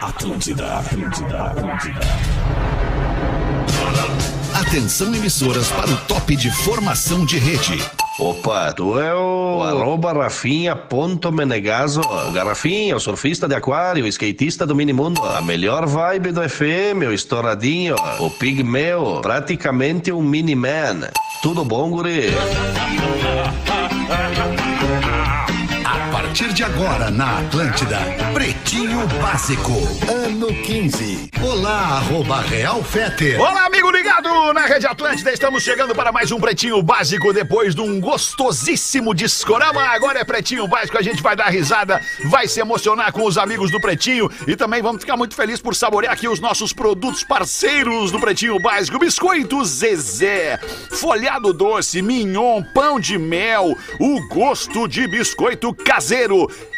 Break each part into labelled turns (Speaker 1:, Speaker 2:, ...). Speaker 1: Atlântida, Atlântida, Atlântida. Atenção emissoras para o top de formação de rede.
Speaker 2: Opa, tu é o, o arroba Rafinha ponto Menegazo, o Garrafinha, o surfista de aquário, o skatista do minimundo, a melhor vibe do FM, o estouradinho, o pigmeu, praticamente um miniman. Tudo bom, guri?
Speaker 1: A partir de agora na Atlântida, Pretinho Básico, ano 15. Olá, arroba Real Feter.
Speaker 3: Olá, amigo ligado na Rede Atlântida. Estamos chegando para mais um Pretinho Básico depois de um gostosíssimo discorama. Agora é Pretinho Básico, a gente vai dar risada, vai se emocionar com os amigos do Pretinho e também vamos ficar muito felizes por saborear aqui os nossos produtos parceiros do Pretinho Básico. Biscoito Zezé, folhado doce, mignon, pão de mel, o gosto de biscoito caseiro.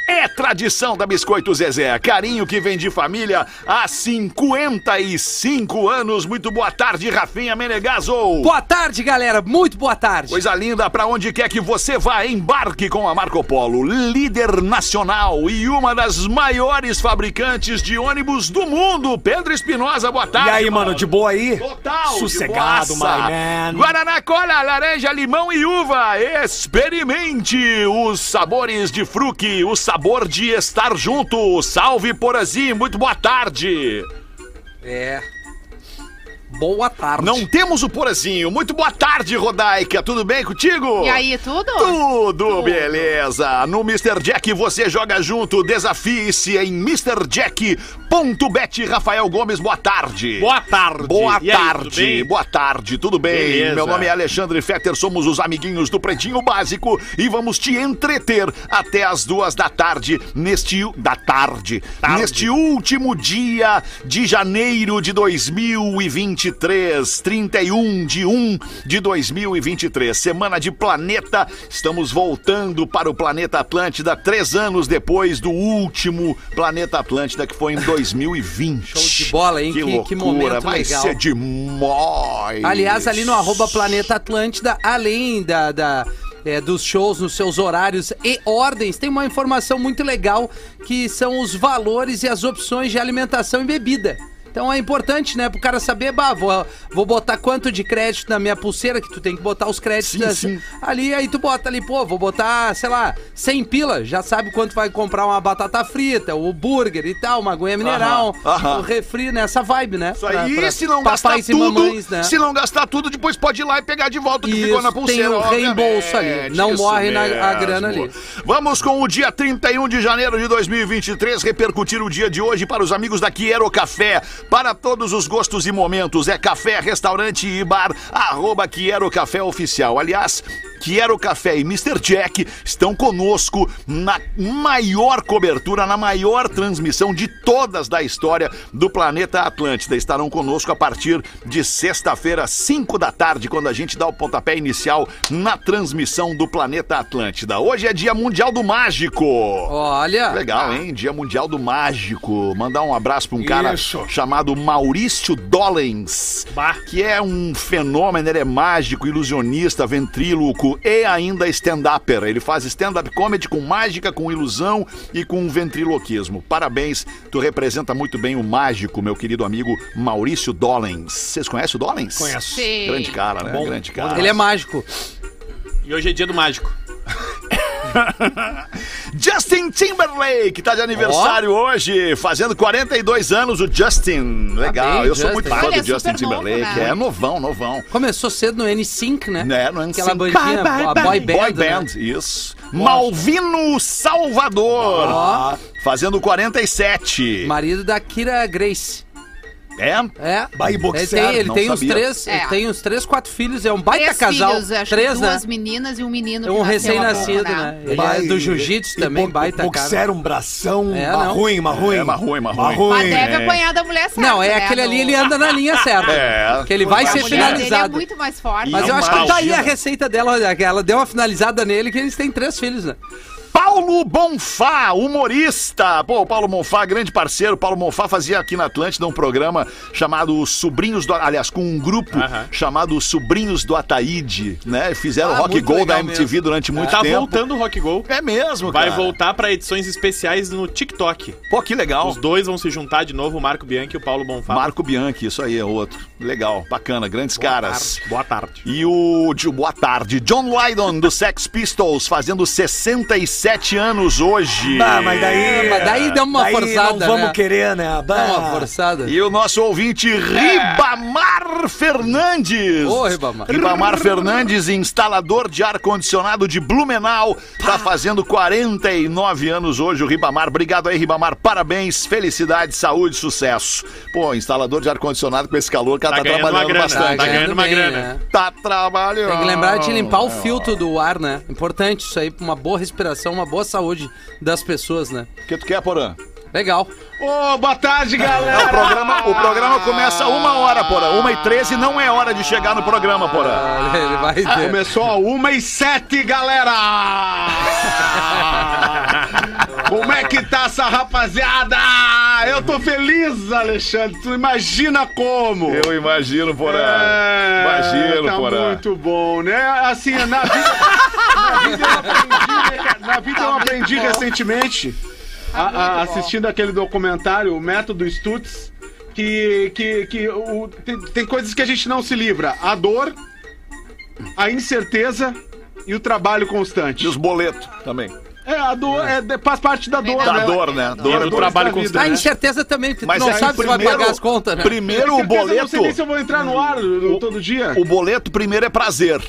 Speaker 3: É tradição da Biscoito Zezé, carinho que vem de família há 55 anos. Muito boa tarde, Rafinha Menegaso.
Speaker 4: Boa tarde, galera. Muito boa tarde.
Speaker 3: Coisa linda, pra onde quer que você vá, embarque com a Marco Polo, líder nacional e uma das maiores fabricantes de ônibus do mundo. Pedro Espinosa, boa tarde.
Speaker 4: e aí, mano, de boa aí?
Speaker 3: Total, de
Speaker 4: Sossegado,
Speaker 3: boaça.
Speaker 4: my man.
Speaker 3: Guaraná, cola, laranja, limão e uva. Experimente os sabores de fruque, o sabor de estar junto. Salve, Porazinho, muito boa tarde.
Speaker 4: É. Boa tarde.
Speaker 3: Não temos o Porazinho. Muito boa tarde, Rodaica. Tudo bem contigo?
Speaker 5: E aí, tudo?
Speaker 3: Tudo, beleza! No Mr. Jack você joga junto, desafie-se em MrJack.bet. Rafael Gomes, boa tarde.
Speaker 6: Boa tarde.
Speaker 3: Boa
Speaker 6: E aí, tudo
Speaker 3: tarde,
Speaker 6: bem?
Speaker 3: boa tarde, tudo bem?
Speaker 6: Beleza.
Speaker 3: Meu nome é Alexandre Fetter, somos os amiguinhos do Pretinho Básico e vamos te entreter até as duas da tarde, neste. da tarde, neste último dia de janeiro de 2023, 31 de 1 de 2023, semana de planeta. Estamos voltando para o planeta Atlântida, três anos depois do último planeta Atlântida, que foi em 2020.
Speaker 4: Show de bola, hein?
Speaker 3: Que,
Speaker 4: Que-
Speaker 3: loucura,
Speaker 4: que momento
Speaker 3: vai
Speaker 4: legal.
Speaker 3: ser demais.
Speaker 4: Aliás, ali no arroba Planeta Atlântida, além da, da, é, dos shows nos seus horários e ordens, tem uma informação muito legal que são os valores e as opções de alimentação e bebida. Então é importante, né, pro cara saber, bah, vou, vou botar quanto de crédito na minha pulseira, que tu tem que botar os créditos
Speaker 3: Sim,
Speaker 4: das-
Speaker 3: sim.
Speaker 4: ali, aí tu bota ali, pô, vou botar, sei lá, 100 pila, já sabe quanto vai comprar uma batata frita, o burger e tal, uma aguinha mineral,
Speaker 3: aham.
Speaker 4: o refri, né, essa vibe, né?
Speaker 3: Isso
Speaker 4: pra-
Speaker 3: aí,
Speaker 4: pra
Speaker 3: se não gastar
Speaker 4: papais e
Speaker 3: tudo,
Speaker 4: mamães, né?
Speaker 3: se não gastar tudo, depois pode ir lá e pegar de volta o que
Speaker 4: Isso,
Speaker 3: ficou na
Speaker 4: tem
Speaker 3: pulseira.
Speaker 4: o reembolso ali,
Speaker 3: obviamente,
Speaker 4: não
Speaker 3: isso
Speaker 4: morre na- a grana ali.
Speaker 3: Vamos com o dia 31 de janeiro de 2023, repercutir o dia de hoje para os amigos da Quiero Café. Para todos os gostos e momentos, é café, restaurante e bar, arroba Quiero Café Oficial. Aliás, Quiero Café e Mr. Jack estão conosco na maior cobertura, na maior transmissão de todas da história do planeta Atlântida. Estarão conosco a partir de sexta-feira, 5 da tarde, quando a gente dá o pontapé inicial na transmissão do planeta Atlântida. Hoje é Dia Mundial do Mágico.
Speaker 4: Olha.
Speaker 3: Legal, hein? Dia Mundial do Mágico. Mandar um abraço pra um cara
Speaker 6: Isso.
Speaker 3: chamado Maurício Dollens,
Speaker 6: Bah.
Speaker 3: que é um fenômeno, ele é mágico, ilusionista, ventríloco e ainda stand-upper. Ele faz stand-up comedy com mágica, com ilusão e com ventriloquismo. Parabéns, tu representa muito bem o mágico, meu querido amigo Maurício Dollens. Vocês conhecem o Dollens?
Speaker 6: Conheço. Tá
Speaker 5: Sim.
Speaker 3: Grande cara, né?
Speaker 6: Bom,
Speaker 3: Grande
Speaker 6: bom
Speaker 3: cara.
Speaker 4: Ele é mágico.
Speaker 6: E hoje é dia do mágico.
Speaker 3: Justin Timberlake tá de aniversário hoje, fazendo 42 anos o Justin. Legal,
Speaker 4: bem,
Speaker 3: eu sou
Speaker 4: Justin.
Speaker 3: muito fã
Speaker 5: Olha,
Speaker 3: do Justin
Speaker 5: super novo,
Speaker 3: Timberlake.
Speaker 5: né?
Speaker 3: É novão, novão.
Speaker 4: Começou cedo no N5, né?
Speaker 3: Né, no
Speaker 4: Aquela
Speaker 3: NSYNC.
Speaker 4: bandinha, a boy band.
Speaker 3: Boy
Speaker 4: né?
Speaker 3: Band, isso. Malvino Salvador,
Speaker 4: Ó.
Speaker 3: fazendo 47.
Speaker 4: Marido da Kira Grace.
Speaker 3: É?
Speaker 4: É.
Speaker 6: Bah, e
Speaker 4: ele
Speaker 6: boxearam,
Speaker 4: tem, ele
Speaker 3: não
Speaker 4: tem uns
Speaker 3: sabia.
Speaker 4: três,
Speaker 5: É.
Speaker 4: ele tem uns três, quatro filhos, é um baita
Speaker 5: Três
Speaker 4: casal.
Speaker 5: filhos, acho que
Speaker 4: três, né?
Speaker 5: duas meninas e um menino.
Speaker 4: É um
Speaker 5: que nasceu há pouco,
Speaker 4: recém-nascido, né? Ele
Speaker 6: Bah,
Speaker 4: é
Speaker 6: e-
Speaker 4: do jiu-jitsu
Speaker 6: e
Speaker 4: também,
Speaker 6: bo-
Speaker 4: baita cara.
Speaker 6: Boxeiro, um bração,
Speaker 4: É,
Speaker 6: uma
Speaker 4: não.
Speaker 6: ruim, uma ruim.
Speaker 3: É, uma ruim, uma ruim.
Speaker 5: Mas deve
Speaker 3: É.
Speaker 5: apanhar da mulher certa,
Speaker 4: Não, é
Speaker 5: né?
Speaker 4: aquele ali,
Speaker 5: Do-
Speaker 4: ele anda na linha certa.
Speaker 3: É.
Speaker 4: Que ele vai
Speaker 5: A
Speaker 4: ser
Speaker 5: mulher dele é
Speaker 4: finalizado.
Speaker 5: muito mais forte.
Speaker 4: Mas
Speaker 3: Não
Speaker 4: eu acho que tá aí
Speaker 3: imagina.
Speaker 4: a receita dela, olha, que ela deu uma finalizada nele, que eles têm três filhos, né?
Speaker 3: Paulo Bonfá, humorista. Pô, o Paulo Bonfá, grande parceiro. O Paulo Bonfá fazia aqui na Atlântida um programa chamado Os Sobrinhos do... Aliás, com um grupo
Speaker 6: Aham.
Speaker 3: chamado Os Sobrinhos do Ataíde, né? Fizeram
Speaker 4: Ah,
Speaker 3: Rock
Speaker 4: muito
Speaker 3: Gold da
Speaker 4: legal
Speaker 3: MTV
Speaker 4: mesmo.
Speaker 3: durante muito
Speaker 6: Tá
Speaker 3: tempo.
Speaker 6: voltando o Rock Go.
Speaker 3: É mesmo,
Speaker 6: Vai
Speaker 3: cara.
Speaker 6: voltar pra edições especiais no TikTok.
Speaker 3: Pô, que legal.
Speaker 6: Os dois vão se juntar de novo, o Marco Bianchi e o Paulo Bonfá.
Speaker 3: Marco Bianchi, isso aí é outro. Legal, bacana, grandes caras.
Speaker 6: Boa tarde.
Speaker 3: E o de boa tarde, John Lydon do Sex Pistols, fazendo 67 anos hoje.
Speaker 5: Bah, Ah, mas
Speaker 6: Ah, É.
Speaker 5: daí.
Speaker 4: mas daí dá uma
Speaker 5: daí
Speaker 4: forçada,
Speaker 5: Não vamos
Speaker 4: né?
Speaker 5: querer, né?
Speaker 4: Dá
Speaker 5: Bah.
Speaker 4: uma forçada.
Speaker 3: E o nosso ouvinte Ribamar Fernandes.
Speaker 4: Ô, Ribamar.
Speaker 3: Ribamar Fernandes, instalador de ar-condicionado de Blumenau, tá fazendo 49 anos hoje o Ribamar. Obrigado aí, Ribamar. Parabéns, felicidade, saúde, sucesso. Pô, instalador de ar-condicionado com esse calor, o cara
Speaker 6: Tá
Speaker 3: tá,
Speaker 6: ganhando uma
Speaker 3: trabalhando
Speaker 6: grana,
Speaker 3: bastante.
Speaker 6: tá ganhando uma grana.
Speaker 4: né?
Speaker 3: Tá trabalhando.
Speaker 4: Tem que lembrar de limpar o filtro do ar, né? Importante isso aí, pra uma boa respiração, uma boa saúde das pessoas, né?
Speaker 3: O que tu quer, Porã?
Speaker 4: Legal.
Speaker 7: Ô, boa tarde, galera.
Speaker 3: É O programa, o programa começa uma hora, Porã. Uma e treze não é hora de chegar no programa, Porã.
Speaker 4: Olha, ele vai ter.
Speaker 7: Começou a uma e sete, galera! Como é que tá essa rapaziada? Eu tô feliz, Alexandre. Tu imagina como?
Speaker 3: Eu imagino, Porã. É, imagino,
Speaker 7: tá
Speaker 3: Porã.
Speaker 7: muito bom, né? Assim, na vida, na vida eu aprendi, né, cara? na vida eu aprendi recentemente, a- a- assistindo aquele documentário, o Método Stutz, que, que, que o- tem, tem coisas que a gente não se livra. A dor, a incerteza e o trabalho
Speaker 3: E
Speaker 7: constante.
Speaker 3: os boletos também.
Speaker 7: É, a dor é, de- faz parte da dor,
Speaker 3: Da
Speaker 7: né?
Speaker 3: dor, né? Dor
Speaker 7: da
Speaker 3: do
Speaker 7: dor
Speaker 3: trabalho
Speaker 7: da vida,
Speaker 4: A
Speaker 7: né?
Speaker 4: Ah, incerteza também, porque tu não
Speaker 3: é que
Speaker 4: sabe se vai pagar as contas, né?
Speaker 3: Primeiro o
Speaker 7: Certeza, eu Não
Speaker 3: boleto.
Speaker 7: sei nem se eu vou entrar no ar
Speaker 3: O-
Speaker 7: todo dia.
Speaker 3: O boleto primeiro é prazer.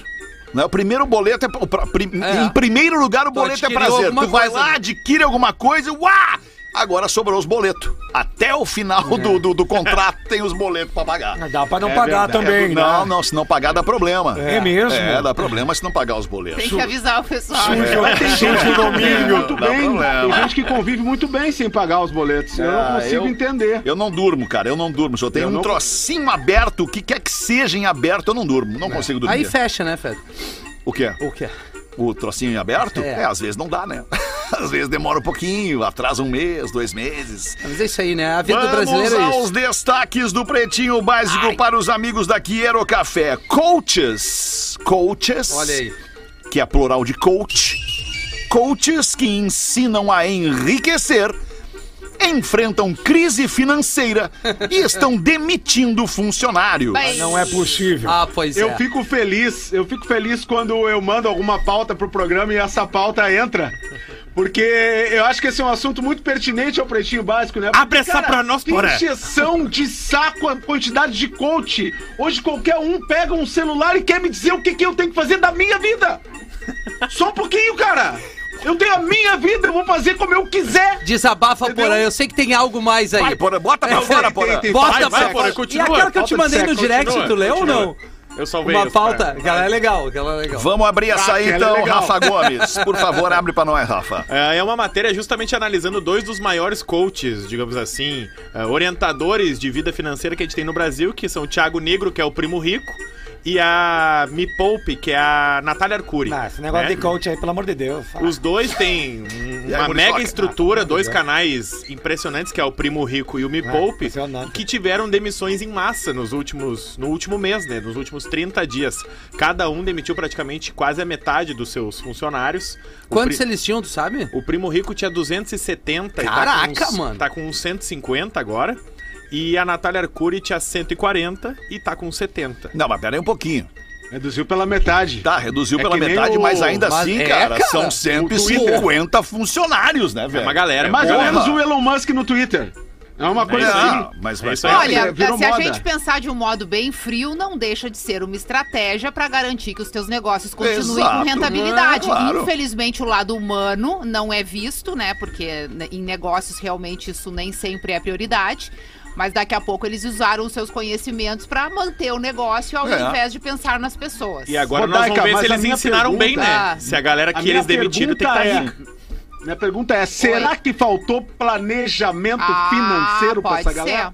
Speaker 3: Né? O primeiro boleto é, o pra- prim-
Speaker 4: É.
Speaker 3: Em primeiro lugar, o boleto é
Speaker 4: adquiriu
Speaker 3: prazer.
Speaker 4: alguma
Speaker 3: Tu vai
Speaker 4: coisa,
Speaker 3: lá,
Speaker 4: né?
Speaker 3: adquire alguma coisa e uá! Agora sobrou os boletos. Até o final do, do, do contrato tem os boletos pra pagar.
Speaker 5: Mas Dá pra não pagar também, né?
Speaker 3: Não, não, se não pagar dá problema.
Speaker 5: É mesmo?
Speaker 3: É, dá problema se não pagar os boletos.
Speaker 8: Tem que avisar o pessoal.
Speaker 7: Tem gente que convive muito
Speaker 3: dá
Speaker 7: bem.
Speaker 3: problema.
Speaker 7: Tem gente que convive muito bem sem pagar os boletos. eu
Speaker 3: Ah,
Speaker 7: não consigo
Speaker 3: eu-
Speaker 7: entender.
Speaker 3: Eu não durmo, cara, eu não durmo. Se eu tenho
Speaker 7: Eu
Speaker 3: um
Speaker 7: não-
Speaker 3: trocinho aberto, o que quer que seja em aberto, eu não durmo. Não consigo dormir.
Speaker 4: Aí fecha, né, Fed?
Speaker 3: O quê?
Speaker 4: O quê?
Speaker 3: o trocinho em aberto? É.
Speaker 4: É.
Speaker 3: às vezes não dá, né? Às vezes demora um pouquinho, atrasa um mês, dois meses.
Speaker 4: Mas é isso aí, né? A vida do
Speaker 3: Vamos
Speaker 4: brasileiro é isso.
Speaker 3: aos destaques do Pretinho Básico para os amigos da Quiero Café. Coaches. Coaches.
Speaker 4: Olha aí.
Speaker 3: Que é plural de coach. Coaches que ensinam a enriquecer enfrentam crise financeira e estão demitindo funcionário.
Speaker 8: Bem,
Speaker 5: Não é possível.
Speaker 4: Ah, pois
Speaker 7: Eu
Speaker 4: é.
Speaker 7: fico feliz, eu fico feliz quando eu mando alguma pauta pro programa e essa pauta entra. Porque eu acho que esse é um assunto muito pertinente ao pretinho básico, né? Porque,
Speaker 6: Abre essa pra nós,
Speaker 7: que
Speaker 6: Porã.
Speaker 7: injeção de saco a quantidade de coach. Hoje qualquer um pega um celular e quer me dizer o que, que eu tenho que fazer da minha vida. Só um pouquinho, cara. Eu tenho a minha vida, eu vou fazer como eu quiser.
Speaker 4: Desabafa
Speaker 7: Entendeu?
Speaker 4: por aí, eu sei que tem algo mais aí.
Speaker 3: Vai, porra, bota pra
Speaker 4: É,
Speaker 3: fora, porra.
Speaker 4: tem, Bota
Speaker 6: Vai, vai,
Speaker 4: pra
Speaker 6: Porã,
Speaker 4: fora.
Speaker 6: continua.
Speaker 5: E aquela que eu
Speaker 6: Falta
Speaker 5: te
Speaker 6: de
Speaker 5: mandei
Speaker 6: sexo,
Speaker 5: no direct,
Speaker 6: continua,
Speaker 5: tu leu ou
Speaker 6: continua.
Speaker 5: não?
Speaker 6: Eu salvei
Speaker 5: Uma
Speaker 6: essa,
Speaker 5: pauta.
Speaker 6: cara.
Speaker 5: Aquela é legal, aquela é legal.
Speaker 3: Vamos abrir essa aí
Speaker 7: Ah, que
Speaker 3: então,
Speaker 7: legal.
Speaker 3: Rafa Gomes. Por favor, abre pra nós, Rafa.
Speaker 6: É é uma matéria justamente analisando dois dos maiores coaches, digamos assim, é, orientadores de vida financeira que a gente tem no Brasil, que são o Thiago Negro, que é o primo rico, e a Me Poupe, que é a Natália Arcuri.
Speaker 5: Ah, esse negócio
Speaker 6: né?
Speaker 5: de coach aí, pelo amor de Deus. fala.
Speaker 6: Os dois têm um-
Speaker 3: E aí,
Speaker 6: uma
Speaker 3: Muriçoca?
Speaker 6: mega estrutura,
Speaker 5: Ah,
Speaker 6: dois
Speaker 5: meu Deus.
Speaker 6: canais impressionantes, que é o Primo Rico e o Me
Speaker 5: Ah,
Speaker 6: Poupe,
Speaker 5: impressionante.
Speaker 6: que tiveram demissões em massa nos últimos, no último mês, né? Nos últimos 30 dias. Cada um demitiu praticamente quase a metade dos seus funcionários. O
Speaker 4: Quantos
Speaker 6: pri-
Speaker 4: eles tinham, tu sabe?
Speaker 6: o Primo Rico tinha 270 e tá
Speaker 4: Caraca,
Speaker 6: com, uns,
Speaker 4: mano.
Speaker 6: tá com uns 150 agora. E a Natália Arcuri tinha 140 e tá com 70.
Speaker 3: Não, mas pera aí um pouquinho.
Speaker 7: Reduziu pela metade.
Speaker 3: Tá, reduziu
Speaker 7: É
Speaker 3: pela
Speaker 7: que nem
Speaker 3: metade,
Speaker 7: o-
Speaker 3: mas ainda
Speaker 4: mas
Speaker 3: assim,
Speaker 4: é,
Speaker 3: cara,
Speaker 4: cara.
Speaker 3: são
Speaker 4: O
Speaker 3: 150 funcionários, né,
Speaker 6: É
Speaker 3: velho?
Speaker 6: uma galera.
Speaker 7: É mais ou
Speaker 3: Porra.
Speaker 7: menos o Elon Musk no Twitter. É uma coisa
Speaker 3: Ah,
Speaker 7: assim.
Speaker 3: mas
Speaker 6: É
Speaker 3: vai
Speaker 6: isso
Speaker 3: ser.
Speaker 6: aí.
Speaker 8: Olha, se
Speaker 7: virou
Speaker 8: a
Speaker 7: moda.
Speaker 8: gente pensar de um modo bem frio, não deixa de ser uma estratégia para garantir que os teus negócios continuem
Speaker 3: Exato,
Speaker 8: com rentabilidade.
Speaker 3: né?
Speaker 7: É,
Speaker 3: Claro.
Speaker 8: Infelizmente, o lado humano não é visto, né? Porque né, em negócios realmente isso nem sempre é prioridade. Mas daqui a pouco eles usaram os seus conhecimentos para manter o negócio ao
Speaker 3: É.
Speaker 8: invés de pensar nas pessoas.
Speaker 6: E agora nós
Speaker 7: Rodaica,
Speaker 6: vamos ver
Speaker 7: mas
Speaker 6: se
Speaker 7: a
Speaker 6: eles
Speaker 7: minha
Speaker 6: ensinaram bem,
Speaker 7: pergunta- é-
Speaker 6: né? Se a galera
Speaker 7: A
Speaker 6: que
Speaker 7: minha
Speaker 6: eles demitiram tem que
Speaker 4: tá
Speaker 7: pergunta
Speaker 6: estar
Speaker 7: é-
Speaker 6: rica.
Speaker 7: Minha pergunta é: será que faltou planejamento
Speaker 8: Ah,
Speaker 7: financeiro pra
Speaker 8: pode
Speaker 7: essa
Speaker 8: ser,
Speaker 7: galera?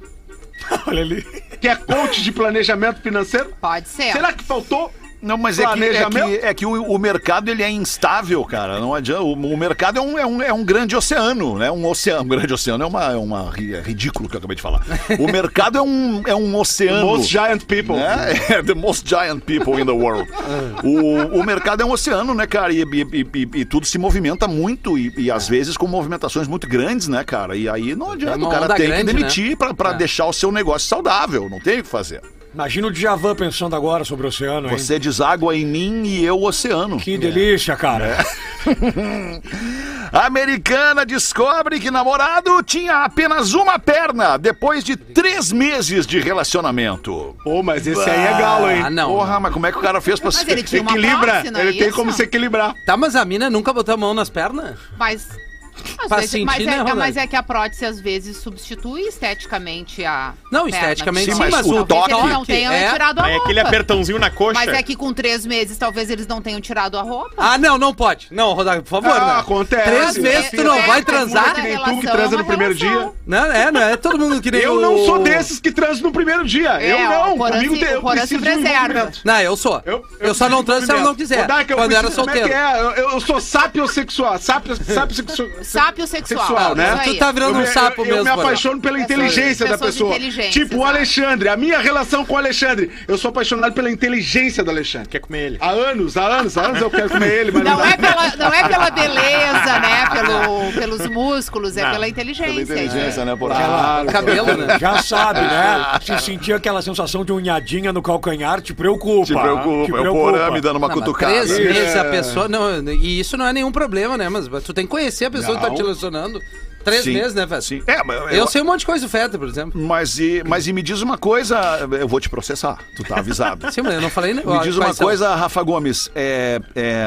Speaker 7: Que é coach de planejamento financeiro?
Speaker 8: Pode ser.
Speaker 7: Será que faltou?
Speaker 3: Não, mas é que, é
Speaker 7: Planejamento?
Speaker 3: que, é que o, o mercado ele é instável, cara. Não adianta. O, o mercado é um, é, um, é um grande oceano, né? Um oceano. Um grande oceano é uma, é uma ri- é ridículo que eu acabei de falar. O mercado é um, é um oceano.
Speaker 7: Most giant people.
Speaker 3: né? É, the most giant people in the world. O, o mercado é um oceano, né, cara? E, e- e- e tudo se movimenta muito, e, e às vezes com movimentações muito grandes, né, cara? E aí não adianta,
Speaker 4: É uma
Speaker 3: o cara
Speaker 4: onda
Speaker 3: tem
Speaker 4: grande,
Speaker 3: que demitir pra, pra
Speaker 4: É.
Speaker 3: deixar o seu negócio saudável, não tem o que fazer.
Speaker 5: Imagina o Djavan pensando agora sobre o oceano, hein?
Speaker 3: Você deságua em mim e eu oceano. É.
Speaker 5: Que delícia, cara.
Speaker 3: Americana descobre que namorado tinha apenas uma perna depois de três meses de relacionamento.
Speaker 7: Pô, mas esse aí é galo, hein?
Speaker 4: Ah, não.
Speaker 3: Porra, mas como é que o cara fez pra
Speaker 8: Mas ele tinha uma
Speaker 7: Equilibra.
Speaker 8: prótese, não é
Speaker 7: ele tem
Speaker 8: isso?
Speaker 7: como se equilibrar.
Speaker 4: Tá, mas a mina nunca botou a mão nas pernas?
Speaker 8: Mas. às
Speaker 4: Pra
Speaker 8: vezes-
Speaker 4: sentir,
Speaker 8: mas,
Speaker 4: né,
Speaker 8: é,
Speaker 4: Ronaldo?
Speaker 8: mas é que a prótese às vezes substitui esteticamente a.
Speaker 4: Não,
Speaker 8: perna.
Speaker 4: esteticamente
Speaker 3: Sim,
Speaker 4: sim,
Speaker 3: mas
Speaker 4: mas,
Speaker 3: o
Speaker 4: uma
Speaker 8: Talvez
Speaker 4: vez
Speaker 8: eles
Speaker 3: toque-
Speaker 8: não tenham
Speaker 4: é.
Speaker 8: tirado a
Speaker 6: Mas é
Speaker 8: roupa.
Speaker 6: aquele apertãozinho na coxa.
Speaker 8: Mas é que com três meses talvez eles não tenham tirado a roupa.
Speaker 4: Ah, não, não pode. Não, Rodar, por favor.
Speaker 7: Ah,
Speaker 4: não.
Speaker 7: acontece.
Speaker 4: Três meses tu não
Speaker 8: É,
Speaker 4: vai
Speaker 8: é
Speaker 4: transar?
Speaker 7: Que nem tu
Speaker 8: relação
Speaker 7: que
Speaker 8: é
Speaker 7: transa
Speaker 8: uma
Speaker 7: no primeiro
Speaker 8: relação.
Speaker 7: dia.
Speaker 4: Não, é, não é todo mundo que nem
Speaker 7: Eu
Speaker 4: o-
Speaker 7: não sou desses que transam no primeiro dia.
Speaker 8: É,
Speaker 7: eu
Speaker 8: ó,
Speaker 7: não.
Speaker 8: o Porã
Speaker 7: Comigo
Speaker 8: se-
Speaker 7: tem,
Speaker 8: o
Speaker 7: eu
Speaker 8: Porã
Speaker 7: preciso
Speaker 8: se
Speaker 7: de um
Speaker 8: preserva.
Speaker 7: envolvimento.
Speaker 4: Não, eu sou. Eu, só não transo se ela não quiser.
Speaker 7: Rodaca, um eu
Speaker 4: Quando eu era
Speaker 7: preciso-
Speaker 4: solteiro.
Speaker 7: Como é que é? Eu, eu- eu sou sapiosexual. Sapio, sapiossexual.
Speaker 8: Sápio sexual.
Speaker 7: Sexual, né?
Speaker 8: Isso aí.
Speaker 4: Tu tá virando um
Speaker 7: eu,
Speaker 4: sapo
Speaker 7: eu,
Speaker 4: mesmo.
Speaker 7: eu me
Speaker 4: Porã.
Speaker 7: apaixono pela
Speaker 8: Pessoas-
Speaker 7: inteligência da
Speaker 8: pessoas
Speaker 7: pessoa.
Speaker 8: inteligentes,
Speaker 7: Tipo o
Speaker 8: exato.
Speaker 7: Alexandre. A minha relação com o Alexandre. Eu sou apaixonado pela inteligência do Alexandre. é-
Speaker 6: Quer comer ele.
Speaker 7: Há anos, há anos, há anos eu quero comer ele, mas
Speaker 8: Não
Speaker 7: dá.
Speaker 8: é, pela, não é pela beleza, né? Pelo, pelos músculos, é
Speaker 6: Não,
Speaker 8: pela inteligência.
Speaker 3: Pela inteligência, né, porra?
Speaker 5: Aquela-
Speaker 4: Cabelo, né?
Speaker 5: Já sabe,
Speaker 7: Ah.
Speaker 5: né? Se sentir aquela sensação de unhadinha no calcanhar, te preocupa.
Speaker 3: Te preocupa,
Speaker 5: Te
Speaker 3: é o Porã me dando uma
Speaker 4: Não, mas
Speaker 3: cutucada.
Speaker 4: Três
Speaker 3: É.
Speaker 4: meses a pessoa. Não, e isso não é nenhum problema, né? Mas tu tem que conhecer a pessoa que tá
Speaker 3: Não.
Speaker 4: te relacionando. Três
Speaker 3: Sim,
Speaker 4: meses, né, Feta?
Speaker 3: sim. É, mas eu,
Speaker 4: Eu, sei um monte de coisa do Feta, por exemplo.
Speaker 3: Mas e, mas e me diz uma coisa, eu vou te processar, tu tá avisado.
Speaker 4: Sim, mas eu não falei
Speaker 3: Me
Speaker 4: negócio.
Speaker 3: diz uma coisa, Rafa Gomes, é, é,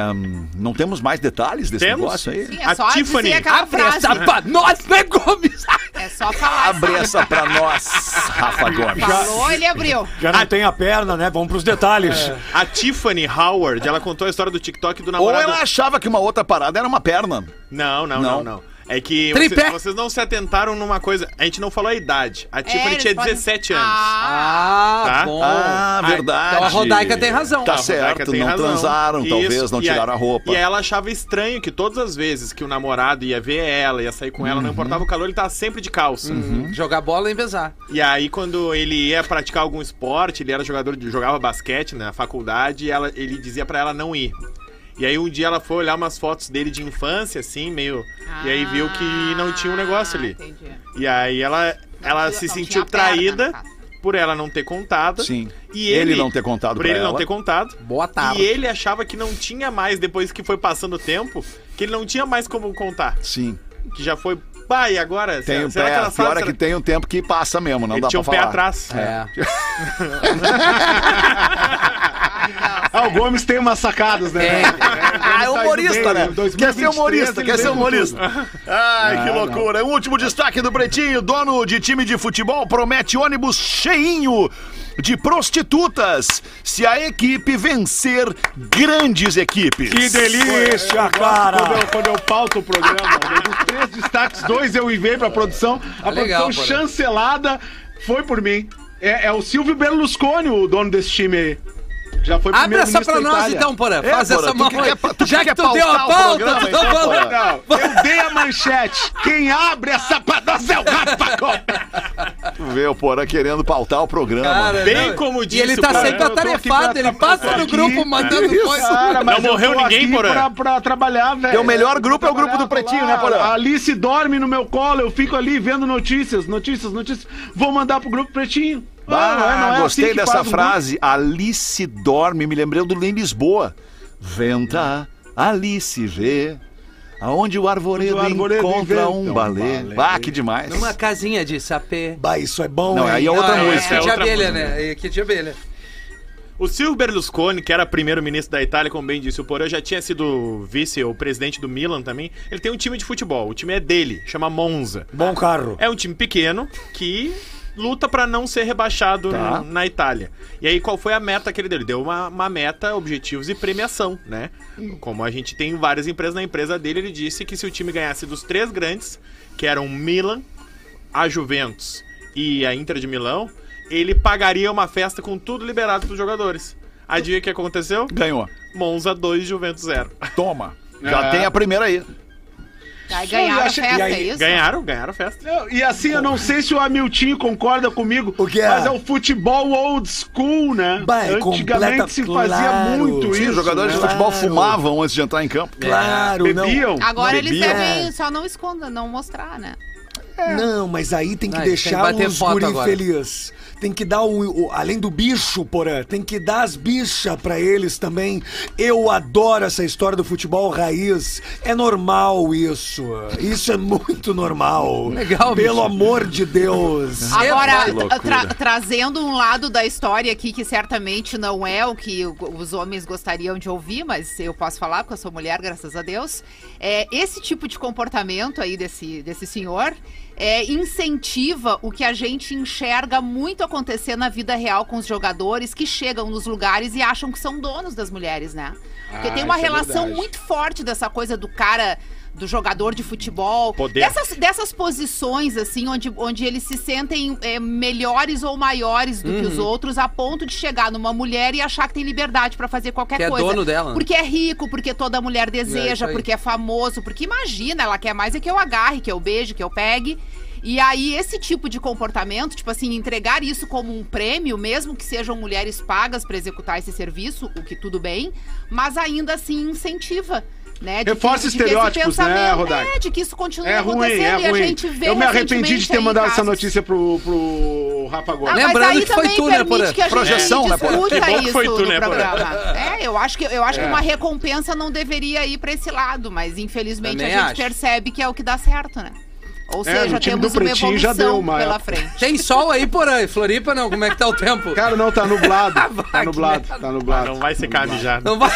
Speaker 3: não temos mais detalhes desse
Speaker 6: Temos?
Speaker 3: negócio aí?
Speaker 8: Sim, é só
Speaker 6: A
Speaker 8: dizer
Speaker 6: Tiffany.
Speaker 8: aquela
Speaker 4: Abre essa
Speaker 8: frase.
Speaker 4: pra nós, né, Gomes?
Speaker 8: É só falar.
Speaker 3: Abre essa pra nós, Rafa Gomes.
Speaker 8: Falou, ele abriu.
Speaker 5: Já não tem a perna, né? Vamos pros detalhes.
Speaker 6: A Tiffany Howard, ela contou a história do TikTok do
Speaker 3: Ou
Speaker 6: namorado.
Speaker 3: ela achava que uma outra parada era uma perna.
Speaker 6: Não, não,
Speaker 3: Não.
Speaker 6: não, não. É que
Speaker 4: Tripé.
Speaker 6: vocês, vocês não se atentaram numa coisa. A gente não falou a idade. A Tiffany
Speaker 8: É,
Speaker 6: tinha
Speaker 8: eles podem-
Speaker 6: 17 anos.
Speaker 8: Ah,
Speaker 4: Ah,
Speaker 6: Tá?
Speaker 4: bom.
Speaker 3: Ah,
Speaker 6: Ai,
Speaker 3: verdade.
Speaker 4: então a Rodaica tem razão.
Speaker 3: Tá
Speaker 6: A Rodaica
Speaker 3: certo,
Speaker 6: é tem
Speaker 3: não
Speaker 6: razão.
Speaker 3: transaram,
Speaker 6: Isso,
Speaker 3: talvez, não
Speaker 6: e aí-
Speaker 3: tiraram a roupa.
Speaker 6: E aí ela achava estranho que todas as vezes que o namorado ia ver ela, ia sair com ela,
Speaker 3: Uhum.
Speaker 6: não importava o calor, ele tava sempre de calça.
Speaker 4: Uhum. Jogar bola em pesar.
Speaker 6: E aí, quando ele ia praticar algum esporte, ele era jogador de. jogava basquete na faculdade, e ela, ele dizia pra ela não ir. E aí um dia ela foi olhar umas fotos dele de infância, assim, meio. E aí viu que não tinha um negócio ali.
Speaker 8: Entendi.
Speaker 6: E aí ela, ela
Speaker 8: Não
Speaker 6: se
Speaker 8: tinha
Speaker 6: sentiu
Speaker 8: perna,
Speaker 6: traída
Speaker 8: no caso.
Speaker 6: por ela não ter contado.
Speaker 3: Sim.
Speaker 6: E
Speaker 3: Ele
Speaker 6: ele,
Speaker 3: não ter contado
Speaker 6: Por
Speaker 3: pra
Speaker 6: ele não
Speaker 3: ela.
Speaker 6: ter contado.
Speaker 4: Boa tarde.
Speaker 6: E ele achava que não tinha mais, depois que foi passando o tempo, que ele não tinha mais como contar.
Speaker 3: Sim.
Speaker 6: Que já foi. Pá, e agora?
Speaker 3: Tem
Speaker 6: Será-
Speaker 3: um
Speaker 6: será
Speaker 3: pé,
Speaker 6: que ela sabe?
Speaker 3: pior é
Speaker 6: Será-
Speaker 3: que tem um tempo que passa mesmo, não
Speaker 6: Ele
Speaker 3: dá
Speaker 6: tinha
Speaker 3: pra
Speaker 6: um pé
Speaker 3: falar.
Speaker 6: atrás.
Speaker 4: É.
Speaker 7: Ah, o Gomes tem umas sacadas,
Speaker 4: É.
Speaker 7: né? Ah,
Speaker 3: É humorista, né? Quer ser humorista, quer ser humorista. Ai, que loucura. O Último destaque do Pretinho: dono de time de futebol promete ônibus cheinho de prostitutas se a equipe vencer grandes equipes.
Speaker 5: Que delícia,
Speaker 7: Quando
Speaker 5: cara.
Speaker 7: eu, quando eu pauto o programa, né, dos três destaques, dois eu enviei pra produção. A
Speaker 4: É Legal, né?
Speaker 7: produção
Speaker 4: Porã.
Speaker 7: chancelada foi por mim. É, é o Silvio Berlusconi, o dono desse time aí. Já foi
Speaker 4: Abre essa
Speaker 7: primeiro-ministro
Speaker 4: pra
Speaker 7: da
Speaker 4: nós
Speaker 7: Itália.
Speaker 4: então, Porã. Faz
Speaker 3: Porã,
Speaker 4: essa
Speaker 3: tu
Speaker 4: mão
Speaker 3: que
Speaker 4: aí.
Speaker 3: quer pa- tu
Speaker 4: Já
Speaker 3: que
Speaker 4: que
Speaker 3: quer
Speaker 4: tu deu
Speaker 3: pautar
Speaker 4: a
Speaker 3: o
Speaker 4: pauta,
Speaker 3: programa,
Speaker 4: tu tá
Speaker 3: então,
Speaker 4: falando.
Speaker 3: Porã.
Speaker 7: Não, eu dei a manchete. Quem abre essa pra nós é o Rafa Gomes.
Speaker 3: Vê o Porã querendo pautar Tá o programa.
Speaker 4: Cara,
Speaker 6: Bem como
Speaker 4: E
Speaker 6: disse
Speaker 4: ele
Speaker 6: o
Speaker 4: tá
Speaker 6: Porã,
Speaker 4: sempre
Speaker 7: eu tô aqui
Speaker 4: atarefado,
Speaker 7: pra-
Speaker 4: ele passa no
Speaker 7: aqui,
Speaker 4: grupo mandando coisa.
Speaker 7: Cara, mas
Speaker 6: Não
Speaker 7: eu
Speaker 6: morreu
Speaker 7: tô
Speaker 6: ninguém,
Speaker 7: aqui
Speaker 6: Porã?
Speaker 7: Pra, pra trabalhar, velho.
Speaker 3: Teu melhor grupo é o grupo do
Speaker 7: Trabalhar,
Speaker 3: Pretinho,
Speaker 7: tô lá.
Speaker 3: né, Porã?
Speaker 7: A Alice dorme no meu colo, eu fico ali vendo notícias, notícias, notícias. Vou mandar pro grupo Pretinho. Ah, não é- não é
Speaker 3: Ah,
Speaker 7: assim
Speaker 3: gostei
Speaker 7: que
Speaker 3: dessa
Speaker 7: faz um grupo.
Speaker 3: frase. Alice dorme, me lembrei do Lem Lisboa. Venta, Alice vê. Aonde o arvoredo,
Speaker 7: Onde o arvoredo
Speaker 3: encontra
Speaker 7: inventa
Speaker 3: um
Speaker 7: um
Speaker 3: balé.
Speaker 7: balé.
Speaker 3: Ah, que demais.
Speaker 4: Numa casinha de sapê.
Speaker 5: Bah, isso é bom,
Speaker 3: Não,
Speaker 5: hein?
Speaker 3: aí é outra
Speaker 4: Ah,
Speaker 3: música.
Speaker 4: É,
Speaker 6: é
Speaker 4: kit de
Speaker 6: outra
Speaker 4: abelha,
Speaker 6: música.
Speaker 4: né? É kit de abelha.
Speaker 6: O Silvio Berlusconi, que era primeiro-ministro da Itália, como bem disse o Porã, já tinha sido vice ou presidente do Milan também. Ele tem um time de futebol, o time é dele, chama Monza.
Speaker 5: Bom carro.
Speaker 6: É um time pequeno que luta pra não ser rebaixado
Speaker 3: Tá.
Speaker 6: n- na Itália. E aí, qual foi a meta que ele deu? Ele deu uma, uma meta, objetivos e premiação, né? Como a gente tem várias empresas na empresa dele, ele disse que se o time ganhasse dos três grandes, que eram Milan, a Juventus e a Inter de Milão, ele pagaria uma festa com tudo liberado pros jogadores. Adivinha o que aconteceu?
Speaker 9: Ganhou.
Speaker 6: Monza 2, Juventus 0.
Speaker 9: Toma. Já
Speaker 7: É.
Speaker 9: tem a primeira aí.
Speaker 8: Aí ganharam a
Speaker 7: acha-
Speaker 8: Tá, festa,
Speaker 10: e aí,
Speaker 8: é isso?
Speaker 6: Ganharam, ganharam a festa.
Speaker 7: Não, e assim, eu não sei se o Hamilton concorda comigo,
Speaker 11: O que é?
Speaker 7: mas é o futebol old school, né?
Speaker 11: Bah, é completa-
Speaker 7: Antigamente se fazia
Speaker 11: claro.
Speaker 7: muito
Speaker 11: Sim,
Speaker 7: isso.
Speaker 9: Os jogadores de
Speaker 7: né?
Speaker 9: futebol
Speaker 11: Claro.
Speaker 9: fumavam antes de entrar em campo.
Speaker 11: Claro, não.
Speaker 4: Ah,
Speaker 7: bebiam.
Speaker 8: Agora eles
Speaker 11: Bebia.
Speaker 8: devem só não esconder, não mostrar, né?
Speaker 11: É. Não, mas aí tem que
Speaker 4: Ah,
Speaker 11: deixar
Speaker 4: tem que bater
Speaker 11: os
Speaker 4: foto
Speaker 11: guri
Speaker 4: agora.
Speaker 11: feliz. Tem que dar o, o- além do bicho, porã, tem que dar as bichas pra eles também. Eu adoro essa história do futebol raiz. É normal isso. Isso é muito normal.
Speaker 4: Legal,
Speaker 11: Pelo
Speaker 4: bicho.
Speaker 11: amor de Deus.
Speaker 8: Agora,
Speaker 6: loucura.
Speaker 8: tra- trazendo um lado da história aqui que certamente não é o que o- os homens gostariam de ouvir, mas eu posso falar porque eu sou mulher, graças a Deus. É, esse tipo de comportamento aí desse, desse senhor é, incentiva o que a gente enxerga muito acontecer na vida real com os jogadores que chegam nos lugares e acham que são donos das mulheres, né? Porque
Speaker 7: Ah,
Speaker 8: tem uma
Speaker 7: isso é
Speaker 8: relação
Speaker 7: verdade.
Speaker 8: muito forte dessa coisa do cara, do jogador de futebol,
Speaker 6: Poder.
Speaker 8: Dessas, dessas posições, assim, onde, onde eles se sentem é, melhores ou maiores do
Speaker 4: Uhum.
Speaker 8: que os outros, a ponto de chegar numa mulher e achar que tem liberdade pra fazer qualquer
Speaker 4: Que é
Speaker 8: coisa.
Speaker 4: dono dela, né?
Speaker 8: Porque é rico, porque toda mulher deseja,
Speaker 4: isso aí.
Speaker 8: porque é famoso, porque imagina, ela quer mais é que eu agarre, que eu beije, que eu pegue. E aí, esse tipo de comportamento, tipo assim, entregar isso como um prêmio, mesmo que sejam mulheres pagas pra executar esse serviço, o que tudo bem, mas ainda assim incentiva, né? De que-
Speaker 7: Reforça
Speaker 8: de que esse
Speaker 7: estereótipos, né,
Speaker 8: pensamento-
Speaker 7: Rodaica?
Speaker 8: É, de que isso continua
Speaker 7: É ruim, é
Speaker 8: acontecendo e a
Speaker 7: ruim.
Speaker 8: gente vê
Speaker 7: Eu me arrependi de
Speaker 8: recentemente
Speaker 7: ter
Speaker 8: aí
Speaker 7: mandado essa
Speaker 8: casos.
Speaker 7: notícia pro, pro Rafa
Speaker 8: Ah,
Speaker 7: agora.
Speaker 4: Né? Lembrando
Speaker 8: mas aí
Speaker 4: que foi
Speaker 8: também
Speaker 4: tu, né,
Speaker 8: permite
Speaker 4: Porã?
Speaker 8: que a gente
Speaker 9: Projeção, né, Porã?
Speaker 8: discuta
Speaker 6: Que bom que
Speaker 8: isso
Speaker 6: foi tu,
Speaker 8: no
Speaker 6: né, Porã?
Speaker 8: programa. É, eu acho que eu acho
Speaker 7: É.
Speaker 8: que uma recompensa não deveria ir pra esse lado, mas infelizmente
Speaker 4: Também
Speaker 8: a gente
Speaker 4: acho.
Speaker 8: percebe que é o que dá certo, né? Ou
Speaker 7: É,
Speaker 8: seja,
Speaker 7: no time do
Speaker 8: temos uma
Speaker 7: Pretinho
Speaker 8: evolução
Speaker 7: já deu uma
Speaker 8: pela
Speaker 7: época.
Speaker 8: frente.
Speaker 4: Tem sol aí, Porã? E Floripa não? Como é que tá o tempo?
Speaker 7: Cara, não, tá nublado. tá
Speaker 4: que
Speaker 7: nublado, tá nublado.
Speaker 6: Não vai secar já.
Speaker 4: Não vai...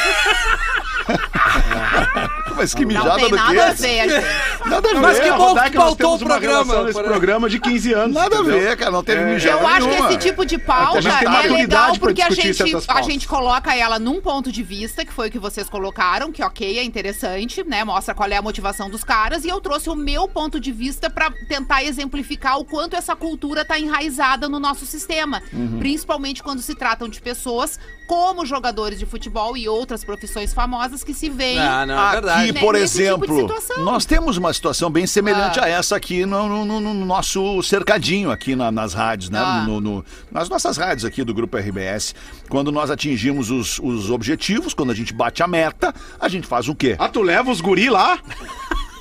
Speaker 9: Mas que
Speaker 8: Não
Speaker 9: mijada
Speaker 8: tem
Speaker 9: do
Speaker 8: nada
Speaker 9: quê?
Speaker 8: a ver, gente.
Speaker 9: Nada a
Speaker 4: Mas
Speaker 7: é,
Speaker 9: ver.
Speaker 4: que bom
Speaker 7: Rodaica,
Speaker 4: que
Speaker 7: nós
Speaker 4: pautou o
Speaker 7: temos uma
Speaker 4: programa,
Speaker 7: relação Nesse
Speaker 4: Porã.
Speaker 7: programa de 15 anos.
Speaker 9: Nada a
Speaker 7: entendeu?
Speaker 9: ver, cara. Não teve
Speaker 7: É.
Speaker 9: mijada
Speaker 8: Eu acho que
Speaker 9: nenhuma.
Speaker 8: esse tipo de
Speaker 7: A
Speaker 8: pauta
Speaker 7: gente tem
Speaker 8: é
Speaker 7: maturidade
Speaker 8: legal
Speaker 7: pra
Speaker 8: porque a
Speaker 7: discutir
Speaker 8: gente,
Speaker 7: certas
Speaker 8: a
Speaker 7: pautas.
Speaker 8: gente coloca ela num ponto de vista, que foi o que vocês colocaram, que ok, é interessante, né? Mostra qual é a motivação dos caras. E eu trouxe o meu ponto de vista pra tentar exemplificar o quanto essa cultura tá enraizada no nosso sistema.
Speaker 7: Uhum.
Speaker 8: Principalmente quando se tratam de pessoas como jogadores de futebol e outras profissões famosas que se veem.
Speaker 4: Não, não, é
Speaker 9: Aqui,
Speaker 4: verdade.
Speaker 8: né,
Speaker 9: por
Speaker 8: nesse tipo de
Speaker 9: exemplo,
Speaker 8: situação.
Speaker 9: nós temos uma situação bem semelhante
Speaker 4: Ah.
Speaker 9: a essa aqui no, no- no- no nosso cercadinho aqui na- nas rádios, né?
Speaker 8: Ah.
Speaker 9: No- no- nas nossas rádios aqui do Grupo RBS. Quando nós atingimos os, os objetivos, quando a gente bate a meta, a gente faz o quê?
Speaker 7: Ah, tu leva os guri lá?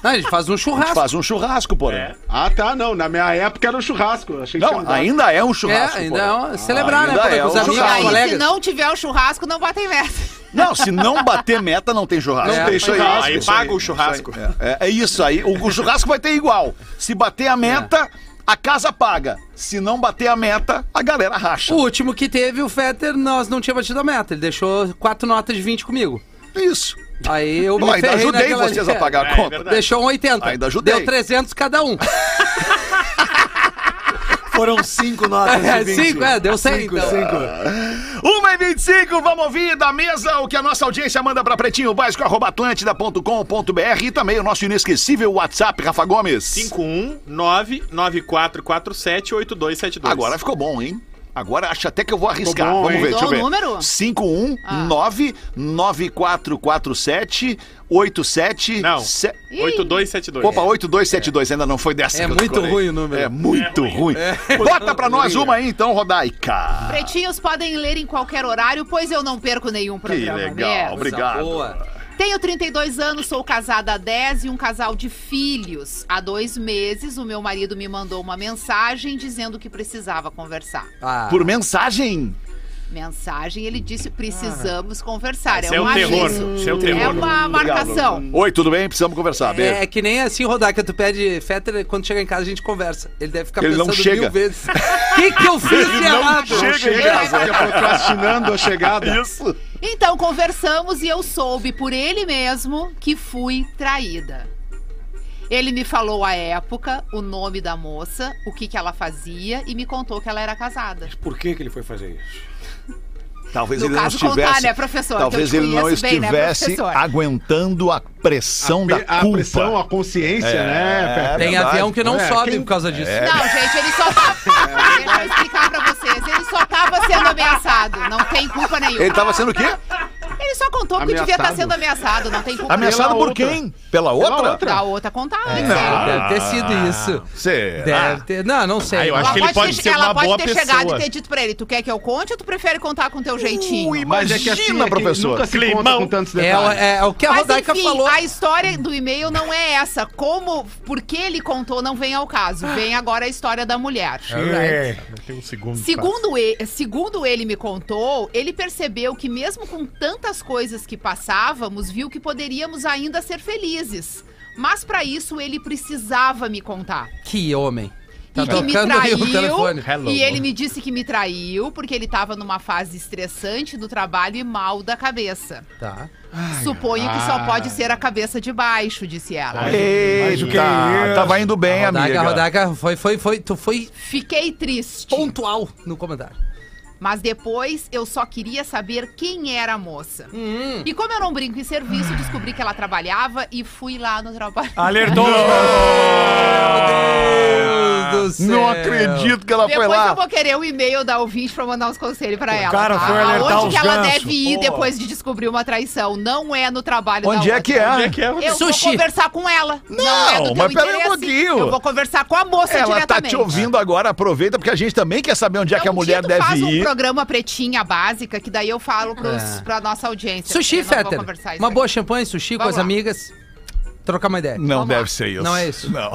Speaker 4: Não, a gente faz um
Speaker 9: A gente
Speaker 4: churrasco.
Speaker 9: faz um churrasco, porém.
Speaker 6: É.
Speaker 7: Ah, tá, não. Na minha época era um churrasco. Achei que tinha
Speaker 9: Não,
Speaker 7: mudado.
Speaker 9: ainda é um churrasco.
Speaker 4: É, ainda é
Speaker 9: porém.
Speaker 4: um- celebrar, né,
Speaker 9: ainda
Speaker 4: Porã,
Speaker 9: é
Speaker 4: com os
Speaker 9: um
Speaker 4: amigos,
Speaker 8: E
Speaker 9: churrasco.
Speaker 8: aí,
Speaker 4: colegas.
Speaker 8: se não tiver o churrasco, não batem meta.
Speaker 9: Não, se não bater meta, não tem churrasco.
Speaker 4: Não
Speaker 9: É,
Speaker 4: tem
Speaker 9: isso aí.
Speaker 7: churrasco.
Speaker 6: Aí
Speaker 9: Isso aí.
Speaker 6: paga o churrasco.
Speaker 9: É, é isso aí. O, o churrasco vai ter igual. Se bater a meta, a casa paga. Se não bater a meta, a galera racha.
Speaker 4: O último que teve, o Fetter, nós não tinha batido a meta. Ele deixou quatro notas de 20 comigo.
Speaker 9: Isso.
Speaker 4: Aí eu me
Speaker 9: Bom, ainda
Speaker 4: ferrei
Speaker 9: ajudei
Speaker 4: naquela-
Speaker 9: vocês a pagar a
Speaker 6: É, é
Speaker 9: conta.
Speaker 6: verdade.
Speaker 4: Deixou um 80.
Speaker 9: Ainda ajudei.
Speaker 4: Deu 300 cada um.
Speaker 11: Foram cinco notas de
Speaker 4: É,
Speaker 11: 20.
Speaker 4: cinco, é, deu 100.
Speaker 11: Cinco,
Speaker 4: então.
Speaker 11: cinco.
Speaker 9: 1 e 25, vamos ouvir da mesa o que a nossa audiência manda pra pretinho básico, arroba atlântida.com.br e também o nosso inesquecível WhatsApp, Rafa Gomes.
Speaker 6: 51994478272.
Speaker 9: Agora ficou bom, hein? Agora acho até que eu vou arriscar.
Speaker 7: Ficou bom,
Speaker 9: vamos
Speaker 7: hein?
Speaker 9: ver, deixa eu
Speaker 8: Mudou o
Speaker 9: ver. um
Speaker 8: número?
Speaker 9: 519-9447-87...
Speaker 6: Não.
Speaker 9: se-
Speaker 6: 8272.
Speaker 9: Opa, 8272, ainda não foi dessa
Speaker 4: É
Speaker 9: que eu
Speaker 4: muito
Speaker 9: decorei.
Speaker 4: ruim o número.
Speaker 9: É muito ruim. Bota pra nós uma aí então, Rodaica.
Speaker 8: Pretinhos podem ler em qualquer horário, pois eu não perco nenhum programa.
Speaker 9: legal,
Speaker 8: mesmo.
Speaker 9: obrigado.
Speaker 4: Boa.
Speaker 8: Tenho 32 anos, sou casada há 10 e um casal de filhos. Há dois meses, o meu marido me mandou uma mensagem dizendo que precisava conversar.
Speaker 4: Ah,
Speaker 9: Por um mensagem.
Speaker 8: Mensagem, ele disse: precisamos conversar.
Speaker 6: Esse
Speaker 8: é
Speaker 6: é
Speaker 8: um
Speaker 6: o terror.
Speaker 8: aviso.
Speaker 6: Esse é o
Speaker 8: É
Speaker 6: terror.
Speaker 8: uma marcação.
Speaker 9: Oi, tudo bem? Precisamos conversar. Beijo.
Speaker 4: é que nem assim, Rodaca, tu pede Fetter, quando chega em casa a gente conversa. Ele deve ficar
Speaker 9: Ele não
Speaker 4: pensando
Speaker 9: chega.
Speaker 4: mil vezes. O que, que eu fiz de errado?
Speaker 7: Chega em
Speaker 4: é
Speaker 7: casa, fica procrastinando a chegada.
Speaker 9: Isso.
Speaker 8: Então conversamos e eu soube por ele mesmo que fui traída. Ele me falou a época, o nome da moça, o que, que ela fazia e me contou que ela era casada.
Speaker 10: Por que, que ele foi fazer isso?
Speaker 9: Talvez
Speaker 8: No
Speaker 9: ele não
Speaker 8: caso,
Speaker 9: estivesse.
Speaker 8: contar, né, professor? Que
Speaker 9: Talvez
Speaker 8: eu te
Speaker 9: ele não
Speaker 8: conheço bem, né,
Speaker 9: estivesse
Speaker 8: professor?
Speaker 9: aguentando a pressão da
Speaker 7: pe- a
Speaker 9: culpa.
Speaker 7: pressão, a consciência, né? Pepe?
Speaker 4: Tem
Speaker 9: Verdade.
Speaker 4: avião que não
Speaker 7: É,
Speaker 4: sobe
Speaker 7: quem-
Speaker 4: por causa disso.
Speaker 9: É.
Speaker 8: Não, gente, ele só tá. Deixa eu explicar pra vocês. Ele só tá tava sendo ameaçado. Não tem culpa nenhuma.
Speaker 3: Ele tava sendo o quê?
Speaker 8: Ele só contou que devia estar
Speaker 7: Ameaçado.
Speaker 8: sendo ameaçado. Não tem
Speaker 9: Tá
Speaker 8: culpa
Speaker 3: Ameaçado
Speaker 7: Pela
Speaker 3: por
Speaker 7: outra.
Speaker 3: quem? Pela outra?
Speaker 7: Pela outra.
Speaker 8: Da outra né? contar antes.
Speaker 4: É, deve ter sido isso.
Speaker 3: Será?
Speaker 4: Deve ter. Não, não sei.
Speaker 12: Ah, eu
Speaker 8: Ela
Speaker 12: acho que ele pode
Speaker 8: ter-
Speaker 12: ser
Speaker 8: ela
Speaker 12: uma
Speaker 8: pode
Speaker 12: boa
Speaker 8: ter chegado
Speaker 12: pessoa.
Speaker 8: e ter dito pra ele, tu quer que eu conte ou tu prefere contar com teu jeitinho?
Speaker 3: Mas é que assim,
Speaker 7: Imagina,
Speaker 3: é que nunca
Speaker 7: professor. nunca se conta com tantos
Speaker 4: É,
Speaker 7: detalhes.
Speaker 4: é, é o que a
Speaker 8: Mas
Speaker 4: Rodaica
Speaker 8: enfim,
Speaker 4: falou.
Speaker 8: a história do e-mail não é essa. Como, por que ele contou não vem ao caso. Vem agora a história da mulher.
Speaker 12: É,
Speaker 4: é-
Speaker 12: Tem um segundo.
Speaker 8: Segundo ele, segundo ele me contou, ele percebeu que mesmo com tantas coisas que passávamos, viu que poderíamos ainda ser felizes. Mas pra isso ele precisava me contar.
Speaker 4: Que homem. Tá
Speaker 8: e que me
Speaker 4: tocando aí o telefone.
Speaker 8: traiu. E ele me disse que me traiu porque ele tava numa fase estressante do trabalho e mal da cabeça.
Speaker 4: Tá.
Speaker 8: Suponho que só pode ser a cabeça de baixo, disse ela.
Speaker 3: Eita, tava indo bem,
Speaker 4: Rodaica,
Speaker 3: amiga.
Speaker 4: Rodaica, foi, foi, foi. Tu foi
Speaker 8: Fiquei triste.
Speaker 4: pontual no comentário.
Speaker 8: Mas depois eu só queria saber quem era a moça.
Speaker 4: Hum.
Speaker 8: E como eu não brinco em serviço, descobri que ela trabalhava e fui lá no trabalho.
Speaker 4: Ah,
Speaker 5: Alertou!
Speaker 4: Meu Deus do céu.
Speaker 3: É. Não acredito que ela foi
Speaker 8: Depois eu
Speaker 3: lá.
Speaker 8: vou querer o e-mail da ouvinte pra mandar uns conselhos pra ela.
Speaker 5: cara
Speaker 8: tá?
Speaker 5: foi alertar
Speaker 8: Aonde
Speaker 5: os
Speaker 8: que ela
Speaker 5: gansos,
Speaker 8: deve ir
Speaker 5: pô.
Speaker 8: depois de descobrir uma traição? Não é no trabalho da
Speaker 3: Onde é
Speaker 8: outra.
Speaker 3: que é?
Speaker 6: Onde é que é?
Speaker 8: Eu
Speaker 4: Sushi.
Speaker 8: vou conversar com ela. Não, é do teu
Speaker 3: mas pera aí um
Speaker 8: interesse.
Speaker 3: pouquinho.
Speaker 8: Eu vou conversar com a moça
Speaker 3: Ela tá
Speaker 8: diretamente.
Speaker 3: te ouvindo agora, aproveita, porque a gente também quer saber onde é
Speaker 8: Então,
Speaker 3: que a
Speaker 8: um
Speaker 3: mulher
Speaker 8: dia tu
Speaker 3: deve
Speaker 8: faz um
Speaker 3: ir.
Speaker 8: programa pretinha básica, que daí eu falo pros,
Speaker 4: É.
Speaker 8: pra nossa audiência.
Speaker 4: Sushi,
Speaker 8: Eu não vou
Speaker 4: Fetter.
Speaker 8: conversar isso
Speaker 4: Uma
Speaker 8: aqui.
Speaker 4: boa champanhe, sushi com
Speaker 8: Vamos
Speaker 4: as
Speaker 8: lá.
Speaker 4: amigas. Trocar uma ideia.
Speaker 3: Não
Speaker 8: Vamos lá.
Speaker 3: deve ser isso.
Speaker 4: Não é isso.
Speaker 3: Não.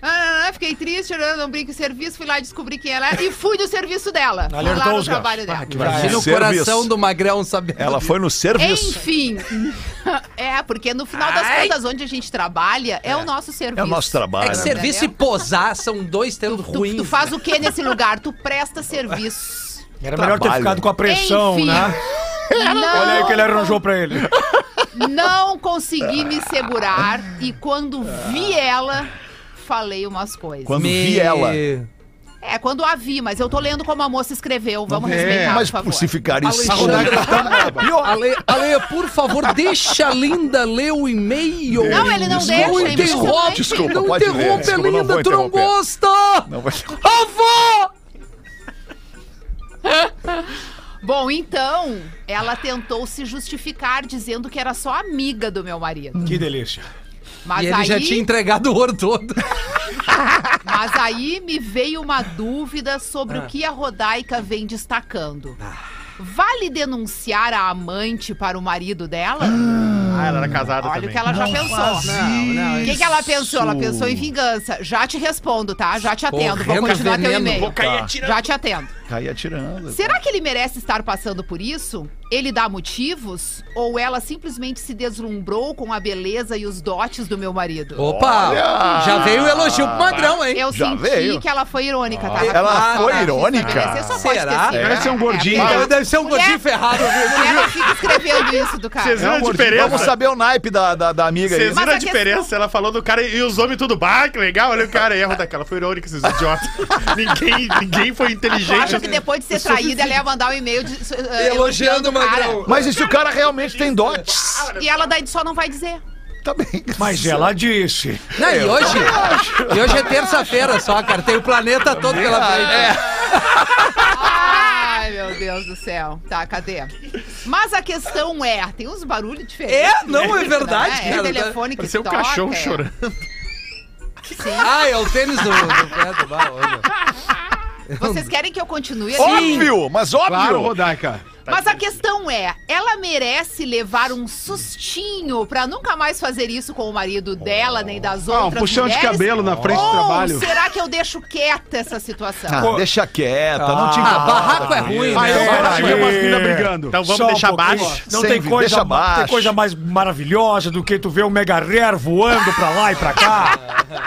Speaker 8: Ah, não, não, fiquei triste, né? não brinco em serviço, fui lá descobrir quem ela era e fui do serviço dela. Fui
Speaker 5: Alertou
Speaker 8: lá no
Speaker 5: os gatos.
Speaker 3: Ah,
Speaker 8: trabalho dela.
Speaker 4: Imagina o
Speaker 3: Serviço.
Speaker 4: coração do magrão sabendo.
Speaker 3: Ela foi no serviço.
Speaker 8: Enfim. é, porque no final das contas, onde a gente trabalha é, o nosso serviço.
Speaker 3: É o nosso
Speaker 4: É
Speaker 3: trabalho.
Speaker 4: que serviço e posar são dois termos
Speaker 8: Tu,
Speaker 4: ruins.
Speaker 8: tu faz o que nesse lugar? Tu presta serviço.
Speaker 5: Era melhor ter
Speaker 3: Trabalho.
Speaker 5: ficado com a pressão,
Speaker 8: Enfim.
Speaker 5: né?
Speaker 8: Não,
Speaker 5: Olha aí o que ele é- arranjou pra ele.
Speaker 8: não consegui me segurar e quando vi ela, falei umas coisas.
Speaker 3: Quando vi ela.
Speaker 8: É, quando a vi, mas eu tô lendo como a moça escreveu. Vamos respeitar,
Speaker 3: Mas
Speaker 8: por
Speaker 3: por
Speaker 8: favor.
Speaker 3: se ficar isso.
Speaker 4: Alexandra, Ale, Ale, por favor, deixa a Linda ler o e-mail.
Speaker 8: Não, ele não
Speaker 4: Não
Speaker 8: deixa. é
Speaker 4: interrompe,
Speaker 8: impressionante.
Speaker 3: desculpa.
Speaker 4: não
Speaker 3: pode ler,
Speaker 4: interrompe a
Speaker 3: desculpa, não
Speaker 4: Linda,
Speaker 3: vou
Speaker 4: tu não
Speaker 3: interromper.
Speaker 4: gosta!
Speaker 3: Não vai-
Speaker 4: Avó!
Speaker 8: Bom, então, ela tentou se justificar dizendo que era só amiga do meu marido.
Speaker 5: Que delícia.
Speaker 8: Mas
Speaker 4: e ele
Speaker 8: aí,
Speaker 4: já tinha entregado o ouro todo.
Speaker 8: mas aí me veio uma dúvida
Speaker 6: Ah.
Speaker 8: sobre o que a Rodaica vem destacando. Vale denunciar a amante para o marido dela?
Speaker 6: Ah, ela era casada
Speaker 8: Olha o
Speaker 6: também.
Speaker 8: que ela já pensou.
Speaker 4: Não, não,
Speaker 8: O que, que ela pensou? Ela pensou em vingança. Já te respondo, tá? Já te atendo. Vou
Speaker 4: Correndo
Speaker 8: continuar teu
Speaker 4: veneno.
Speaker 8: e-mail. Tá.
Speaker 6: Vou cair atirando.
Speaker 8: Já te atendo.
Speaker 3: Caí atirando.
Speaker 8: Será que ele merece estar passando por isso? Ele dá motivos? Ou ela simplesmente se deslumbrou com a beleza e os dotes do meu marido?
Speaker 4: Opa! Já veio o elogio pro magrão, hein?
Speaker 8: Eu
Speaker 3: Já
Speaker 8: senti
Speaker 3: veio.
Speaker 8: que ela foi irônica, tá?
Speaker 7: Ah,
Speaker 3: Ela foi irônica?
Speaker 8: né?
Speaker 4: Será?
Speaker 8: Será?
Speaker 7: Deve ser um gordinho.
Speaker 4: Então deve ser um
Speaker 8: Mulher-
Speaker 4: gordinho ferrado. viu?
Speaker 8: É, Ela fica escrevendo isso do cara.
Speaker 6: Vocês viram a
Speaker 7: é
Speaker 3: Vamos
Speaker 6: diferença?
Speaker 3: saber o naipe da, da, da amiga aí.
Speaker 6: Vocês
Speaker 8: Tá. Mas
Speaker 6: viram a
Speaker 8: a questão-
Speaker 6: diferença? Ela falou do cara e os homens tudo. Bah, que legal. Olha o cara erro daquela. Foi irônico, esses idiotas. ninguém, ninguém foi
Speaker 8: Tu acha
Speaker 6: inteligente.
Speaker 8: que depois de ser traída, ela ia mandar um e-mail de- eh,
Speaker 4: Elogiando o
Speaker 8: cara?
Speaker 4: magrão.
Speaker 3: Mas e se o cara realmente tem dotes?
Speaker 8: E ela daí só não vai dizer.
Speaker 3: Tá bem.
Speaker 5: Mas ela disse.
Speaker 4: Não, e hoje? E hoje é terça-feira só, cara. Tem o planeta todo pela frente.
Speaker 3: É.
Speaker 8: Ai, meu Deus do céu. Tá, cadê? Mas a questão é, tem uns barulhos diferentes.
Speaker 4: É, não, é verdade,
Speaker 8: né? É
Speaker 4: cara.
Speaker 8: telefone que
Speaker 6: Parecia um
Speaker 8: toca,
Speaker 6: cachorro
Speaker 8: é.
Speaker 6: chorando.
Speaker 4: Ah, é o tênis do, do pé do bar, olha.
Speaker 8: Vocês querem que eu continue?
Speaker 3: Óbvio, mas óbvio.
Speaker 7: Claro, Rodaica.
Speaker 8: Mas a questão é, ela merece levar um sustinho pra nunca mais fazer isso com o marido dela, nem das
Speaker 7: Ah, um
Speaker 8: outras
Speaker 7: puxão de
Speaker 8: mulheres?
Speaker 7: cabelo na frente do
Speaker 8: Ou
Speaker 7: trabalho.
Speaker 8: será que eu deixo quieta essa situação?
Speaker 3: Ah, deixa quieta, não te
Speaker 4: Ah,
Speaker 3: incomoda.
Speaker 4: barraco é ruim,
Speaker 7: Aí eu
Speaker 4: né?
Speaker 5: Peraí.
Speaker 7: acho que é umas minas brigando.
Speaker 6: Então vamos
Speaker 5: Só um
Speaker 6: deixar
Speaker 5: pouquinho.
Speaker 6: baixo.
Speaker 5: Não
Speaker 3: Sem
Speaker 5: tem
Speaker 3: vi-
Speaker 5: coisa,
Speaker 3: deixa
Speaker 5: ma- tem
Speaker 3: baixo.
Speaker 5: coisa mais maravilhosa do que tu ver o Mega Rare voando pra lá e pra cá.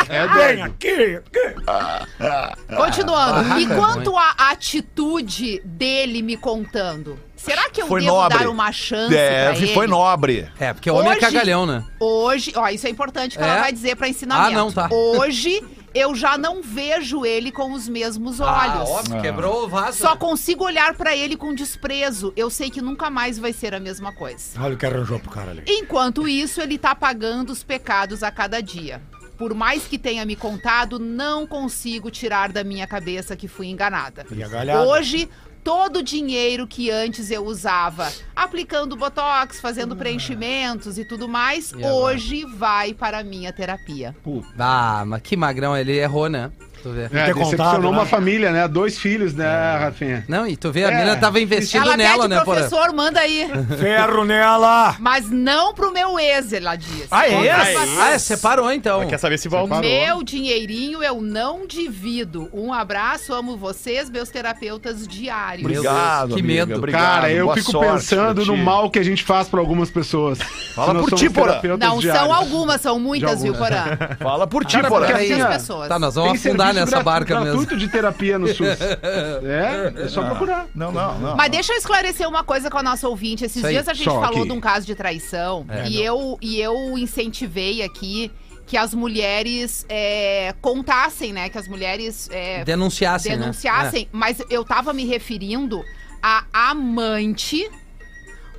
Speaker 7: É
Speaker 5: Vem
Speaker 7: doido.
Speaker 5: aqui. aqui.
Speaker 8: Continuando.
Speaker 3: ah,
Speaker 8: E
Speaker 4: barraca é
Speaker 8: quanto à atitude dele me contando? Será que eu
Speaker 3: Foi
Speaker 8: devo
Speaker 3: nobre.
Speaker 8: dar uma chance pra
Speaker 3: Deve,
Speaker 8: ele?
Speaker 3: foi nobre.
Speaker 4: É, porque o homem
Speaker 8: Hoje-
Speaker 4: é cagalhão, né?
Speaker 8: Hoje, ó, isso é importante que
Speaker 4: É?
Speaker 8: ela vai dizer pra ensinamento.
Speaker 4: Ah, não, tá.
Speaker 8: Hoje eu já não vejo ele com os mesmos
Speaker 3: Ah,
Speaker 8: olhos.
Speaker 4: Ah, quebrou o vaso. né?
Speaker 8: Só consigo olhar pra ele com desprezo. Eu sei que nunca mais vai ser a mesma coisa.
Speaker 5: Olha o que arranjou pro cara ali.
Speaker 8: Enquanto isso, ele tá pagando os pecados a cada dia. Por mais que tenha me contado, não consigo tirar da minha cabeça que fui enganada.
Speaker 5: E a galhada?
Speaker 8: Hoje todo o dinheiro que antes eu usava aplicando botox,
Speaker 5: Ah.
Speaker 8: fazendo preenchimentos e tudo mais,
Speaker 4: agora?
Speaker 8: hoje vai para a minha terapia.
Speaker 4: Ah, mas que magrão, ele errou, né? Tu vê.
Speaker 7: É,
Speaker 5: ter contado, né?
Speaker 7: decepcionou uma família, né? Dois filhos, né,
Speaker 12: É.
Speaker 7: Rafinha?
Speaker 4: Não, e tu vê, a
Speaker 7: É.
Speaker 4: mina tava investindo
Speaker 8: Ela
Speaker 4: nela, né,
Speaker 8: pede,
Speaker 4: Porã?
Speaker 8: professor, manda aí.
Speaker 5: Ferro nela!
Speaker 8: Mas não pro meu ex, ela diz.
Speaker 4: Ah, é?
Speaker 8: Contrapartida.
Speaker 4: Ah, é, separou então.
Speaker 12: Ela quer saber se volta.
Speaker 8: Meu dinheirinho eu não divido. Um abraço, amo vocês, meus terapeutas diários.
Speaker 4: Meu Deus,
Speaker 9: Obrigado,
Speaker 4: que
Speaker 9: amiga,
Speaker 4: medo.
Speaker 9: obrigado,
Speaker 7: Cara, eu
Speaker 9: boa
Speaker 7: fico
Speaker 9: sorte
Speaker 7: pensando
Speaker 9: pra
Speaker 7: no
Speaker 9: ti.
Speaker 7: mal que a gente faz pra algumas pessoas.
Speaker 9: Fala
Speaker 7: Se nós
Speaker 9: por
Speaker 7: somos
Speaker 9: ti, Porã.
Speaker 7: terapeutas
Speaker 8: Não são
Speaker 7: diários.
Speaker 8: algumas, são muitas,
Speaker 7: De
Speaker 8: viu,
Speaker 7: algumas.
Speaker 8: Porã?
Speaker 9: Fala por ti,
Speaker 4: Cara,
Speaker 9: Porã.
Speaker 4: porque assim,
Speaker 8: Muitas
Speaker 4: ó,
Speaker 8: pessoas.
Speaker 4: Tá, nós vamos
Speaker 7: Tem
Speaker 4: afundar
Speaker 7: serviço
Speaker 4: nessa
Speaker 7: gratu-
Speaker 4: barca mesmo. Ah,
Speaker 7: gratuito de terapia no SUS. É, é só procurar.
Speaker 9: Não, não, não.
Speaker 8: Mas deixa eu esclarecer uma coisa com a nossa ouvinte. Esses
Speaker 4: Isso aí,
Speaker 8: dias a gente
Speaker 7: só
Speaker 8: falou
Speaker 7: aqui.
Speaker 8: de um caso de traição e, eu, e eu incentivei aqui que as mulheres é, contassem, né? Que as mulheres é,
Speaker 4: Denunciassem, né?
Speaker 8: denunciassem, mas eu tava me referindo a amante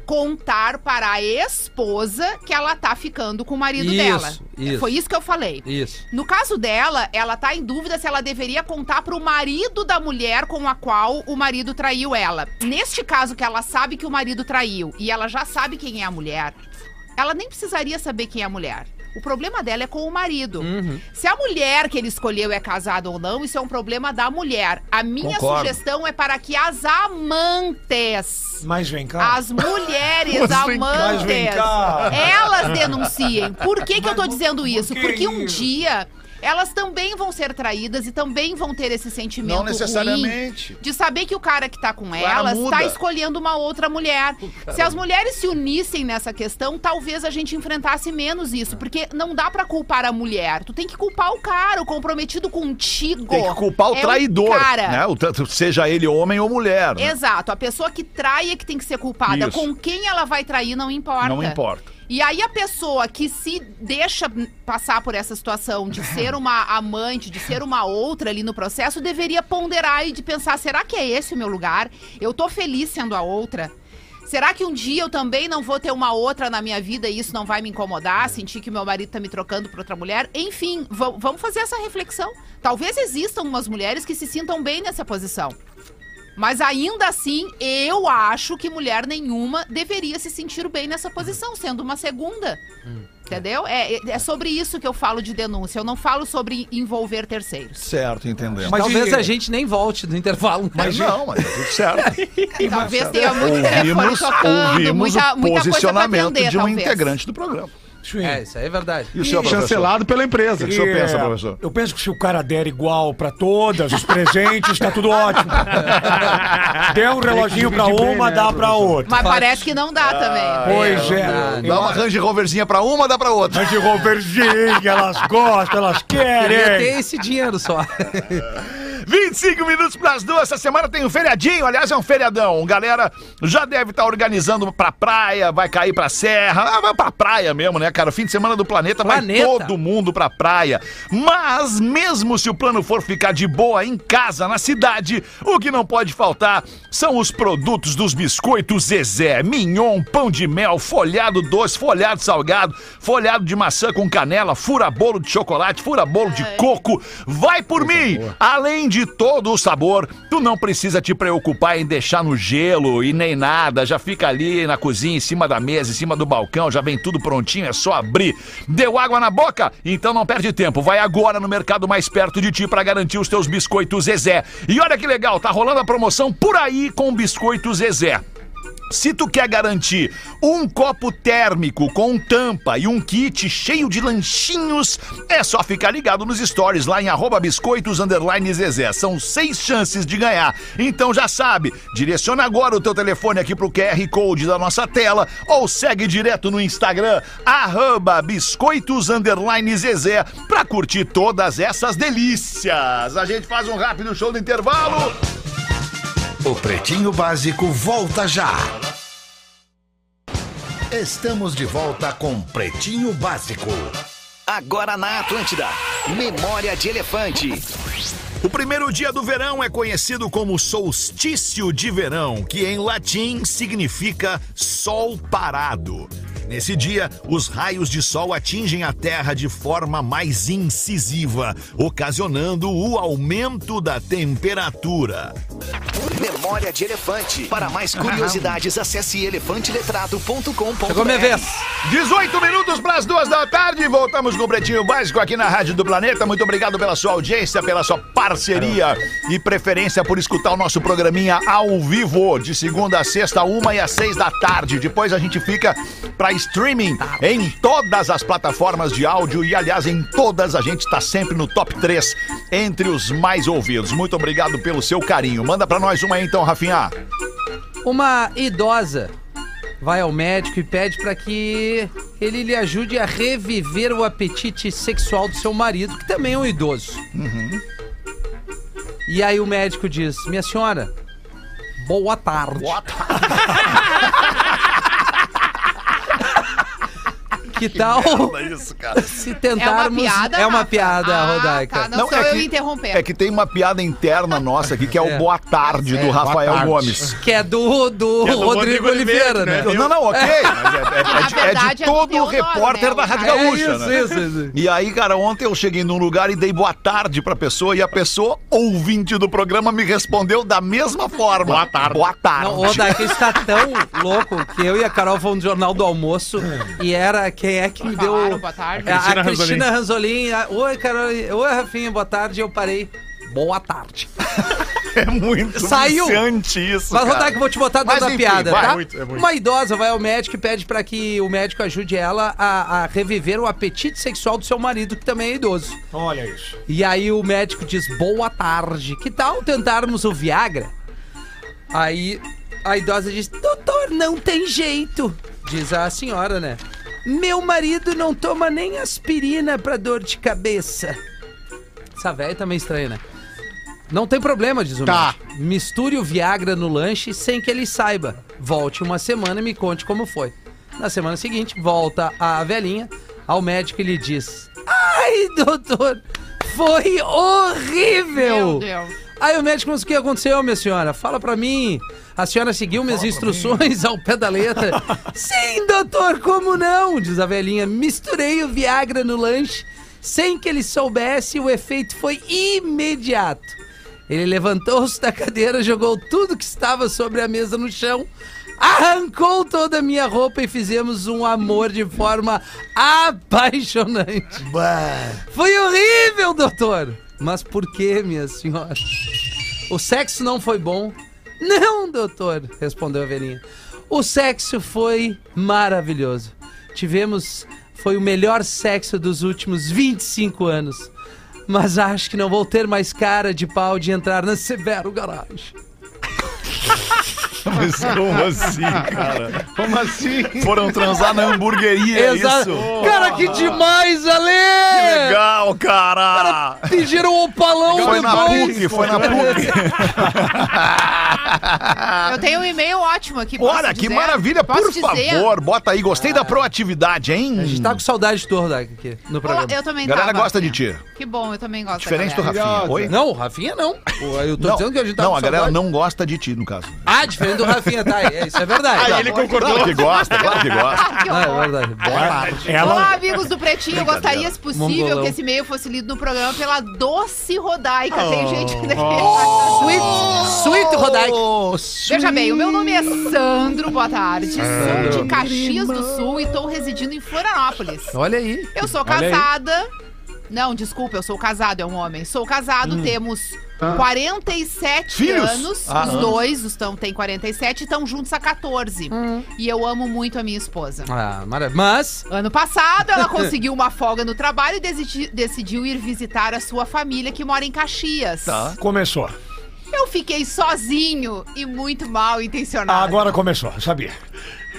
Speaker 8: contar para a esposa que ela tá ficando com o marido
Speaker 4: Isso,
Speaker 8: dela.
Speaker 4: isso.
Speaker 8: Foi isso que eu falei.
Speaker 4: É. Isso.
Speaker 8: No caso dela, ela tá em dúvida se ela deveria contar pro marido da mulher com a qual o marido traiu ela. Neste caso que ela sabe que o marido traiu e ela já sabe quem é a mulher, ela nem precisaria saber quem é a mulher. O problema dela é com o marido. Se a mulher que ele escolheu é casada ou não, isso é um problema da mulher. A minha
Speaker 9: Concordo.
Speaker 8: sugestão é para que as amantes
Speaker 5: Mas vem cá.
Speaker 8: as mulheres amantes,
Speaker 5: mas vem cá.
Speaker 8: elas denunciem. Por que, que eu tô dizendo isso?
Speaker 5: que
Speaker 8: Porque um
Speaker 5: isso?
Speaker 8: dia elas também vão ser traídas e também vão ter esse sentimento
Speaker 9: Não necessariamente.
Speaker 8: ruim de saber que o cara que tá com
Speaker 9: cara
Speaker 8: elas
Speaker 9: muda.
Speaker 8: tá escolhendo uma outra mulher. Se as mulheres se unissem nessa questão, talvez a gente enfrentasse menos isso, porque não dá pra culpar a mulher. Tu tem que culpar o cara, o comprometido contigo.
Speaker 9: Tem que culpar o
Speaker 8: É
Speaker 9: traidor,
Speaker 8: cara.
Speaker 9: né? O tanto seja ele homem ou mulher. né?
Speaker 8: Exato, a pessoa que trai é que tem que ser culpada.
Speaker 9: Isso.
Speaker 8: Com quem ela vai trair não importa.
Speaker 9: Não importa.
Speaker 8: E aí a pessoa que se deixa passar por essa situação de ser uma amante, de ser uma outra ali no processo, deveria ponderar e de pensar, será que é esse o meu lugar? Eu tô feliz sendo a outra? Será que um dia eu também não vou ter uma outra na minha vida e isso não vai me incomodar? Sentir que meu marido tá me trocando por outra mulher? Enfim, va- vamos fazer essa reflexão. Talvez existam umas mulheres que se sintam bem nessa posição. Mas ainda assim, eu acho que mulher nenhuma deveria se sentir bem nessa posição, sendo uma segunda.
Speaker 9: Hum,
Speaker 8: Entendeu? É, é- é sobre isso que eu falo de denúncia. Eu não falo sobre envolver terceiros.
Speaker 9: Certo, entendendo.
Speaker 5: Mas
Speaker 4: Talvez
Speaker 5: e-
Speaker 4: a gente nem volte do intervalo. né?
Speaker 9: Mas não, mas tá tudo certo.
Speaker 8: Talvez tenha muito telefone
Speaker 9: é, Ouvimos,
Speaker 8: tocando,
Speaker 9: ouvimos
Speaker 8: muita,
Speaker 9: o
Speaker 8: muita coisa pra
Speaker 9: posicionamento
Speaker 8: atender,
Speaker 9: de um
Speaker 8: talvez.
Speaker 9: integrante do programa.
Speaker 4: É, isso aí é verdade.
Speaker 9: E o seu professor?
Speaker 7: Cancelado pela empresa.
Speaker 9: que o senhor
Speaker 5: E,
Speaker 9: pensa,
Speaker 5: é,
Speaker 9: professor?
Speaker 5: Eu penso que se o cara der igual pra todas, os presentes, tá tudo ótimo. Deu um reloginho pra
Speaker 7: dividir bem,
Speaker 5: uma,
Speaker 7: né,
Speaker 5: dá pra
Speaker 7: professor?
Speaker 5: outra.
Speaker 8: Mas parece que não dá também.
Speaker 5: Pois é.
Speaker 9: Dá uma Range Roverzinha pra uma, dá pra outra.
Speaker 5: Mas de Robertinho, elas gostam, elas
Speaker 4: Queria
Speaker 5: querem.
Speaker 4: ter esse dinheiro só.
Speaker 9: 25 minutos pras duas. Essa semana tem um feriadinho. Aliás, é um feriadão. Galera já deve estar organizando pra praia, vai cair pra serra. Ah, vai pra praia mesmo, né, cara? Fim de semana do planeta,
Speaker 4: Planeta.
Speaker 9: vai todo mundo pra praia. Mas, mesmo se o plano for ficar de boa em casa, na cidade, o que não pode faltar são os produtos dos biscoitos Zezé. Mignon, pão de mel, folhado doce, folhado salgado, folhado de maçã com canela, fura bolo de chocolate, fura bolo de coco. Vai por mim! Além de todo o sabor, tu não precisa te preocupar em deixar no gelo e nem nada. Já fica ali na cozinha, em cima da mesa, em cima do balcão, já vem tudo prontinho, é só abrir. Deu água na boca? Então não perde tempo. Vai agora no mercado mais perto de ti para garantir os teus biscoitos
Speaker 3: É,
Speaker 9: Zezé. E olha que legal, tá rolando a promoção por aí com biscoitos Zezé. Se tu quer garantir um copo térmico com tampa e um kit cheio de lanchinhos, é só ficar ligado nos stories lá em arroba biscoitos underline Zezé. São seis chances de ganhar. Então já sabe, direciona agora o teu telefone aqui pro QR Code da nossa tela ou segue direto no Instagram, arroba biscoitos underline Zezé, pra curtir todas essas delícias. A gente faz um rápido show do intervalo.
Speaker 1: O Pretinho Básico volta já. Estamos de volta com Pretinho Básico.
Speaker 13: Agora na Atlântida. Memória de Elefante.
Speaker 9: O primeiro dia do verão é conhecido como solstício de verão, que em latim significa sol parado.
Speaker 14: Nesse dia, os raios de sol atingem a Terra de forma mais incisiva, ocasionando o aumento da temperatura.
Speaker 13: Memória de elefante. Para mais curiosidades, acesse elefanteletrado.com.br.
Speaker 9: Chegou minha vez. 18 minutos para as duas da tarde. Voltamos com o Pretinho Básico aqui na Rádio do Planeta. Muito obrigado pela sua audiência, pela sua parceria e preferência por escutar o nosso programinha ao vivo, de segunda a sexta, uma e às seis da tarde. Depois a gente fica para streaming
Speaker 4: Tá.
Speaker 9: em todas as plataformas de áudio e, aliás, em todas a gente está sempre no top 3 entre os mais ouvidos. Muito obrigado pelo seu carinho. Manda para nós uma aí então, Rafinha.
Speaker 4: Uma idosa vai ao médico e pede para que ele lhe ajude a reviver o apetite sexual do seu marido, que também é um idoso. E aí o médico diz: Minha senhora, boa tarde. Boa tarde. Que tal
Speaker 9: isso, cara.
Speaker 4: se tentarmos.
Speaker 8: É uma piada,
Speaker 4: é uma
Speaker 8: Rafa?
Speaker 4: piada
Speaker 8: Ah,
Speaker 4: Rodaica.
Speaker 8: tá, não sou eu interrompendo.
Speaker 9: É que tem uma piada interna nossa aqui, que é o
Speaker 4: É.
Speaker 9: Boa Tarde do
Speaker 4: É,
Speaker 9: Rafael
Speaker 4: boa tarde.
Speaker 9: Gomes.
Speaker 4: Que é do, do,
Speaker 9: Que é do
Speaker 4: Rodrigo,
Speaker 9: Rodrigo
Speaker 4: Oliveira,
Speaker 9: Oliveira,
Speaker 4: né?
Speaker 9: né? Não, não, ok, mas É, de- é
Speaker 8: verdade,
Speaker 9: de
Speaker 8: é do
Speaker 9: todo
Speaker 8: Teodoro,
Speaker 9: repórter
Speaker 8: né?
Speaker 9: da Rádio
Speaker 8: É
Speaker 9: Gaúcha,
Speaker 8: isso,
Speaker 9: né?
Speaker 8: isso,
Speaker 9: E aí, cara, ontem eu cheguei num lugar e dei boa tarde pra pessoa e a pessoa, ouvinte do programa, me respondeu da mesma forma. Boa tarde. Boa tarde.
Speaker 4: Não, o Daqui está tão louco que eu e a Carol fomos no Jornal do Almoço e era quem é que me deu.
Speaker 8: Claro, boa tarde.
Speaker 4: A, a
Speaker 8: Cristina
Speaker 4: Cristina Ranzolin. a- Oi, Carol. Oi, Rafinha, boa tarde. Eu parei. Boa tarde.
Speaker 9: É muito
Speaker 4: Saiu.
Speaker 9: viciante isso,
Speaker 4: Mas,
Speaker 9: cara.
Speaker 4: Rodak, vou te botar dentro
Speaker 9: Mas,
Speaker 4: da
Speaker 9: enfim,
Speaker 4: piada,
Speaker 9: vai.
Speaker 4: tá?
Speaker 9: É muito, é muito.
Speaker 4: Uma idosa vai ao médico e pede para que o médico ajude ela a, a reviver o apetite sexual do seu marido, que também é idoso.
Speaker 5: Olha isso.
Speaker 4: E aí o médico diz: Boa tarde, que tal tentarmos o Viagra? Aí a idosa diz: Doutor, não tem jeito. Diz a senhora, né? Meu marido não toma nem aspirina pra dor de cabeça. Essa velha tá meio estranha, né? Não tem problema, diz o
Speaker 9: Tá.
Speaker 4: médico. Misture o Viagra no lanche sem que ele saiba. Volte uma semana e me conte como foi. Na semana seguinte, volta a velhinha ao médico e lhe diz: Ai, doutor, foi horrível!
Speaker 8: Meu Deus.
Speaker 4: Aí o médico, mas o que aconteceu, minha senhora? Fala pra mim. A senhora seguiu minhas instruções ao pé da letra. Sim, doutor, como não? Diz a velhinha. Misturei o Viagra no lanche sem que ele soubesse e o efeito foi imediato. Ele levantou-se da cadeira, jogou tudo que estava sobre a mesa no chão, arrancou toda a minha roupa e fizemos um amor de forma apaixonante. Foi horrível, doutor! Mas por que, minha senhora? O sexo não foi bom? Não, doutor, respondeu a velhinha. O sexo foi maravilhoso. Tivemos. Foi o melhor sexo dos últimos 25 anos. Mas acho que não vou ter mais cara de pau de entrar na Severo Garage.
Speaker 9: Mas como assim, cara?
Speaker 7: Como assim?
Speaker 9: Foram transar na hamburgueria, é
Speaker 4: Exa-
Speaker 9: isso? Ah.
Speaker 4: Cara, que demais, Ale!
Speaker 9: Que
Speaker 4: é.
Speaker 9: legal, cara!
Speaker 4: Pediram o palão
Speaker 9: Foi na
Speaker 4: depois.
Speaker 9: PUC, foi na PUC.
Speaker 8: Eu tenho um e-mail ótimo aqui. posso
Speaker 9: Olha, que
Speaker 8: dizer?
Speaker 9: maravilha, por
Speaker 8: Posso dizer?
Speaker 9: favor, bota aí. Gostei da proatividade, hein? A gente
Speaker 4: Ah. tá com saudade de tu, Rodak, aqui no
Speaker 8: Olá,
Speaker 4: programa.
Speaker 8: eu também
Speaker 9: Galera
Speaker 8: tava,
Speaker 9: gosta de
Speaker 8: Rafinha.
Speaker 9: ti.
Speaker 8: Que bom, eu também gosto. da
Speaker 9: Diferente do
Speaker 8: galera.
Speaker 9: Rafinha. Oi?
Speaker 4: Não, o Rafinha não. Eu tô
Speaker 9: não,
Speaker 4: dizendo que a gente tá
Speaker 9: não
Speaker 4: com
Speaker 9: a galera
Speaker 4: saudade.
Speaker 9: não gosta de ti, no caso.
Speaker 4: Ah, diferente do Rafinha, tá? É, isso é verdade.
Speaker 9: Ah, ele concordou. Claro que gosta, claro que gosta.
Speaker 8: Que
Speaker 4: Ah, é
Speaker 8: horror.
Speaker 4: verdade. Boa
Speaker 9: tá
Speaker 4: tarde.
Speaker 8: Olá, amigos do Pretinho. Eu gostaria, se possível,
Speaker 4: Mongolão.
Speaker 8: que esse e-mail fosse lido no programa pela Doce Rodaica.
Speaker 4: Oh.
Speaker 8: Tem gente que
Speaker 4: Sweet, sweet Rodaica.
Speaker 8: Veja bem, o meu nome é Sandro, boa tarde. Sou de Caxias do Sul e estou residindo em Florianópolis.
Speaker 4: Olha aí.
Speaker 8: Eu sou
Speaker 4: Olha aí.
Speaker 8: casada. Não, desculpa, eu sou casado, é um homem. Sou casado, temos 47
Speaker 9: Filhos?
Speaker 8: anos.
Speaker 9: Ah,
Speaker 8: os
Speaker 9: ah.
Speaker 8: dois estão, têm 47 e estão juntos há 14. E eu amo muito a minha esposa.
Speaker 4: Ah, maravilha. Mas.
Speaker 8: Ano passado, ela conseguiu uma folga no trabalho e desidi- decidiu ir visitar a sua família que mora em Caxias.
Speaker 5: Começou.
Speaker 8: Eu fiquei sozinho e muito mal intencionado.
Speaker 5: Agora começou, eu sabia.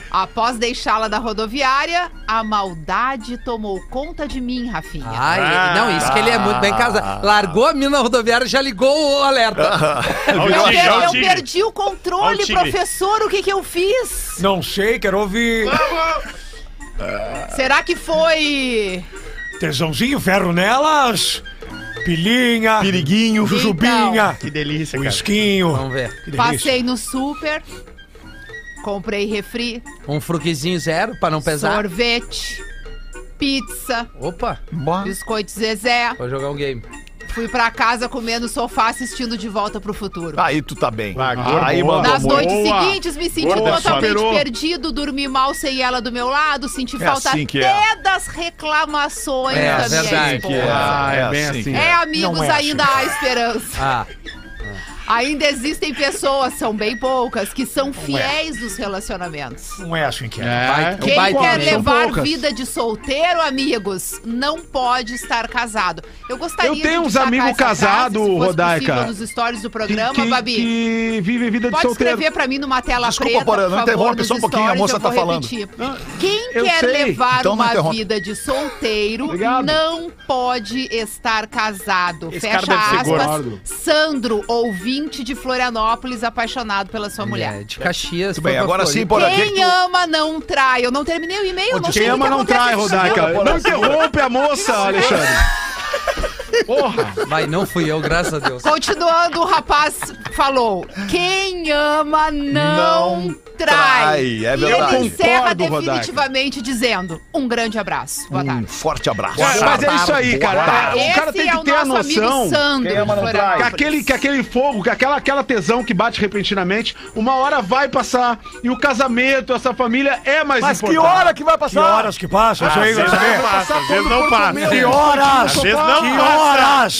Speaker 8: Após deixá-la na rodoviária, a maldade tomou conta de mim, Rafinha.
Speaker 4: Ai, ele- não, isso que ele é muito bem casado. Largou a mina na rodoviária já ligou o alerta.
Speaker 8: eu,
Speaker 5: Virou-
Speaker 8: per-
Speaker 5: Olha o
Speaker 8: eu
Speaker 5: tigre.
Speaker 8: perdi o
Speaker 5: Olha
Speaker 8: controle,
Speaker 5: o tigre.
Speaker 8: professor. O que, que eu fiz?
Speaker 5: Não sei, quero ouvir.
Speaker 8: Será que foi.
Speaker 5: Tesãozinho, ferro nelas. Pilinha. Piriguinho. Jujubinha.
Speaker 8: Então,
Speaker 12: Que delícia, cara.
Speaker 5: Whiskinho.
Speaker 4: Vamos ver.
Speaker 5: Que delícia.
Speaker 8: Passei no super. Comprei refri,
Speaker 4: Um fruquezinho zero pra não
Speaker 9: Um
Speaker 4: pesar.
Speaker 8: sorvete, pizza,
Speaker 4: Opa,
Speaker 8: biscoito Zezé.
Speaker 4: vou jogar um game.
Speaker 8: Fui pra casa comendo sofá assistindo De Volta pro Futuro.
Speaker 9: Aí tu tá bem.
Speaker 8: Ah,
Speaker 9: aí
Speaker 8: boa.
Speaker 9: mandou
Speaker 8: Nas
Speaker 9: muito.
Speaker 8: noites seguintes me senti
Speaker 9: Gorda,
Speaker 8: totalmente
Speaker 9: superou.
Speaker 8: perdido, dormi mal sem ela do meu lado, senti
Speaker 9: É
Speaker 8: falta
Speaker 9: assim que é.
Speaker 8: até das reclamações
Speaker 9: É
Speaker 8: da minha
Speaker 9: assim que é.
Speaker 8: esposa.
Speaker 9: Ah, é bem assim.
Speaker 8: É, amigos,
Speaker 9: Não é assim.
Speaker 8: ainda há esperança.
Speaker 4: Ah,
Speaker 8: Ainda existem pessoas, são bem poucas, que são fiéis dos relacionamentos.
Speaker 9: Não é assim que é.
Speaker 7: um
Speaker 5: É.
Speaker 8: Quem
Speaker 5: Vai
Speaker 8: quer
Speaker 7: assim.
Speaker 5: também. São
Speaker 8: levar
Speaker 5: poucas.
Speaker 8: vida de solteiro, amigos, não pode estar casado. Eu gostaria
Speaker 7: Eu tenho
Speaker 8: de
Speaker 7: uns
Speaker 8: destacar
Speaker 7: amigos
Speaker 8: essa frase, se
Speaker 7: casado,
Speaker 8: fosse possível,
Speaker 7: Rodaica.
Speaker 8: nos stories do programa, Babi.
Speaker 7: Que vive vida de
Speaker 8: Pode
Speaker 7: solteiro.
Speaker 8: escrever pra mim numa tela
Speaker 9: Desculpa,
Speaker 8: preta,
Speaker 9: Porã,
Speaker 8: por
Speaker 9: não
Speaker 8: favor,
Speaker 9: interrompe,
Speaker 8: nos
Speaker 9: só um pouquinho, a
Speaker 8: stories,
Speaker 9: moça
Speaker 8: eu
Speaker 9: tá
Speaker 8: vou
Speaker 9: falando.
Speaker 8: repetir. Quem
Speaker 9: eu
Speaker 8: quer
Speaker 9: sei,
Speaker 8: levar
Speaker 9: então não
Speaker 8: uma
Speaker 9: interrompe.
Speaker 8: vida de solteiro não pode estar casado.
Speaker 9: Esse cara
Speaker 8: Fecha
Speaker 9: deve ser
Speaker 8: aspas.
Speaker 9: gordo.
Speaker 8: Sandro, ouvinte de Florianópolis, apaixonado pela sua mulher.
Speaker 4: é, de Caxias.
Speaker 9: Muito bem, agora sim, Porã.
Speaker 8: Quem
Speaker 9: quem tu-
Speaker 8: ama não trai. Eu não terminei o e-mail, não sei
Speaker 7: Quem
Speaker 8: o que
Speaker 7: ama não
Speaker 8: acontece
Speaker 7: trai,
Speaker 8: nesse
Speaker 7: Rodaica.
Speaker 8: programa.
Speaker 7: Não interrompe a moça, Alexandre. Porra!
Speaker 4: Vai, não fui eu, graças a Deus.
Speaker 8: Continuando, o rapaz falou: quem ama não,
Speaker 9: Não
Speaker 8: trai.
Speaker 9: trai, é
Speaker 8: E
Speaker 9: verdade.
Speaker 8: ele encerra
Speaker 7: Concordo, Rodaica.
Speaker 8: definitivamente dizendo: um grande abraço.
Speaker 2: Hum.
Speaker 8: Boa tarde.
Speaker 9: Um forte abraço.
Speaker 7: Cara,
Speaker 9: Boa
Speaker 7: mas é isso aí,
Speaker 9: tarde.
Speaker 2: Tá.
Speaker 7: cara. É, o cara
Speaker 8: Esse
Speaker 7: tem
Speaker 8: é
Speaker 7: que
Speaker 8: o
Speaker 7: ter a
Speaker 8: nosso amigo
Speaker 7: noção.
Speaker 8: Sandro,
Speaker 7: Quem ama não
Speaker 8: de
Speaker 7: trai. Que
Speaker 8: Florianópolis.
Speaker 7: aquele, que aquele fogo, que aquela, aquela tesão que bate repentinamente, uma hora vai passar. E o casamento, essa família é mais
Speaker 9: Mas
Speaker 7: importante.
Speaker 9: que hora que vai passar?
Speaker 5: Que horas que
Speaker 11: Ah,
Speaker 5: passa? Isso aí, vai
Speaker 12: Às vezes
Speaker 5: saber?
Speaker 12: não passa, às vezes não passa.
Speaker 5: Que horas?
Speaker 12: Às vezes não
Speaker 5: que
Speaker 12: passa.
Speaker 5: horas?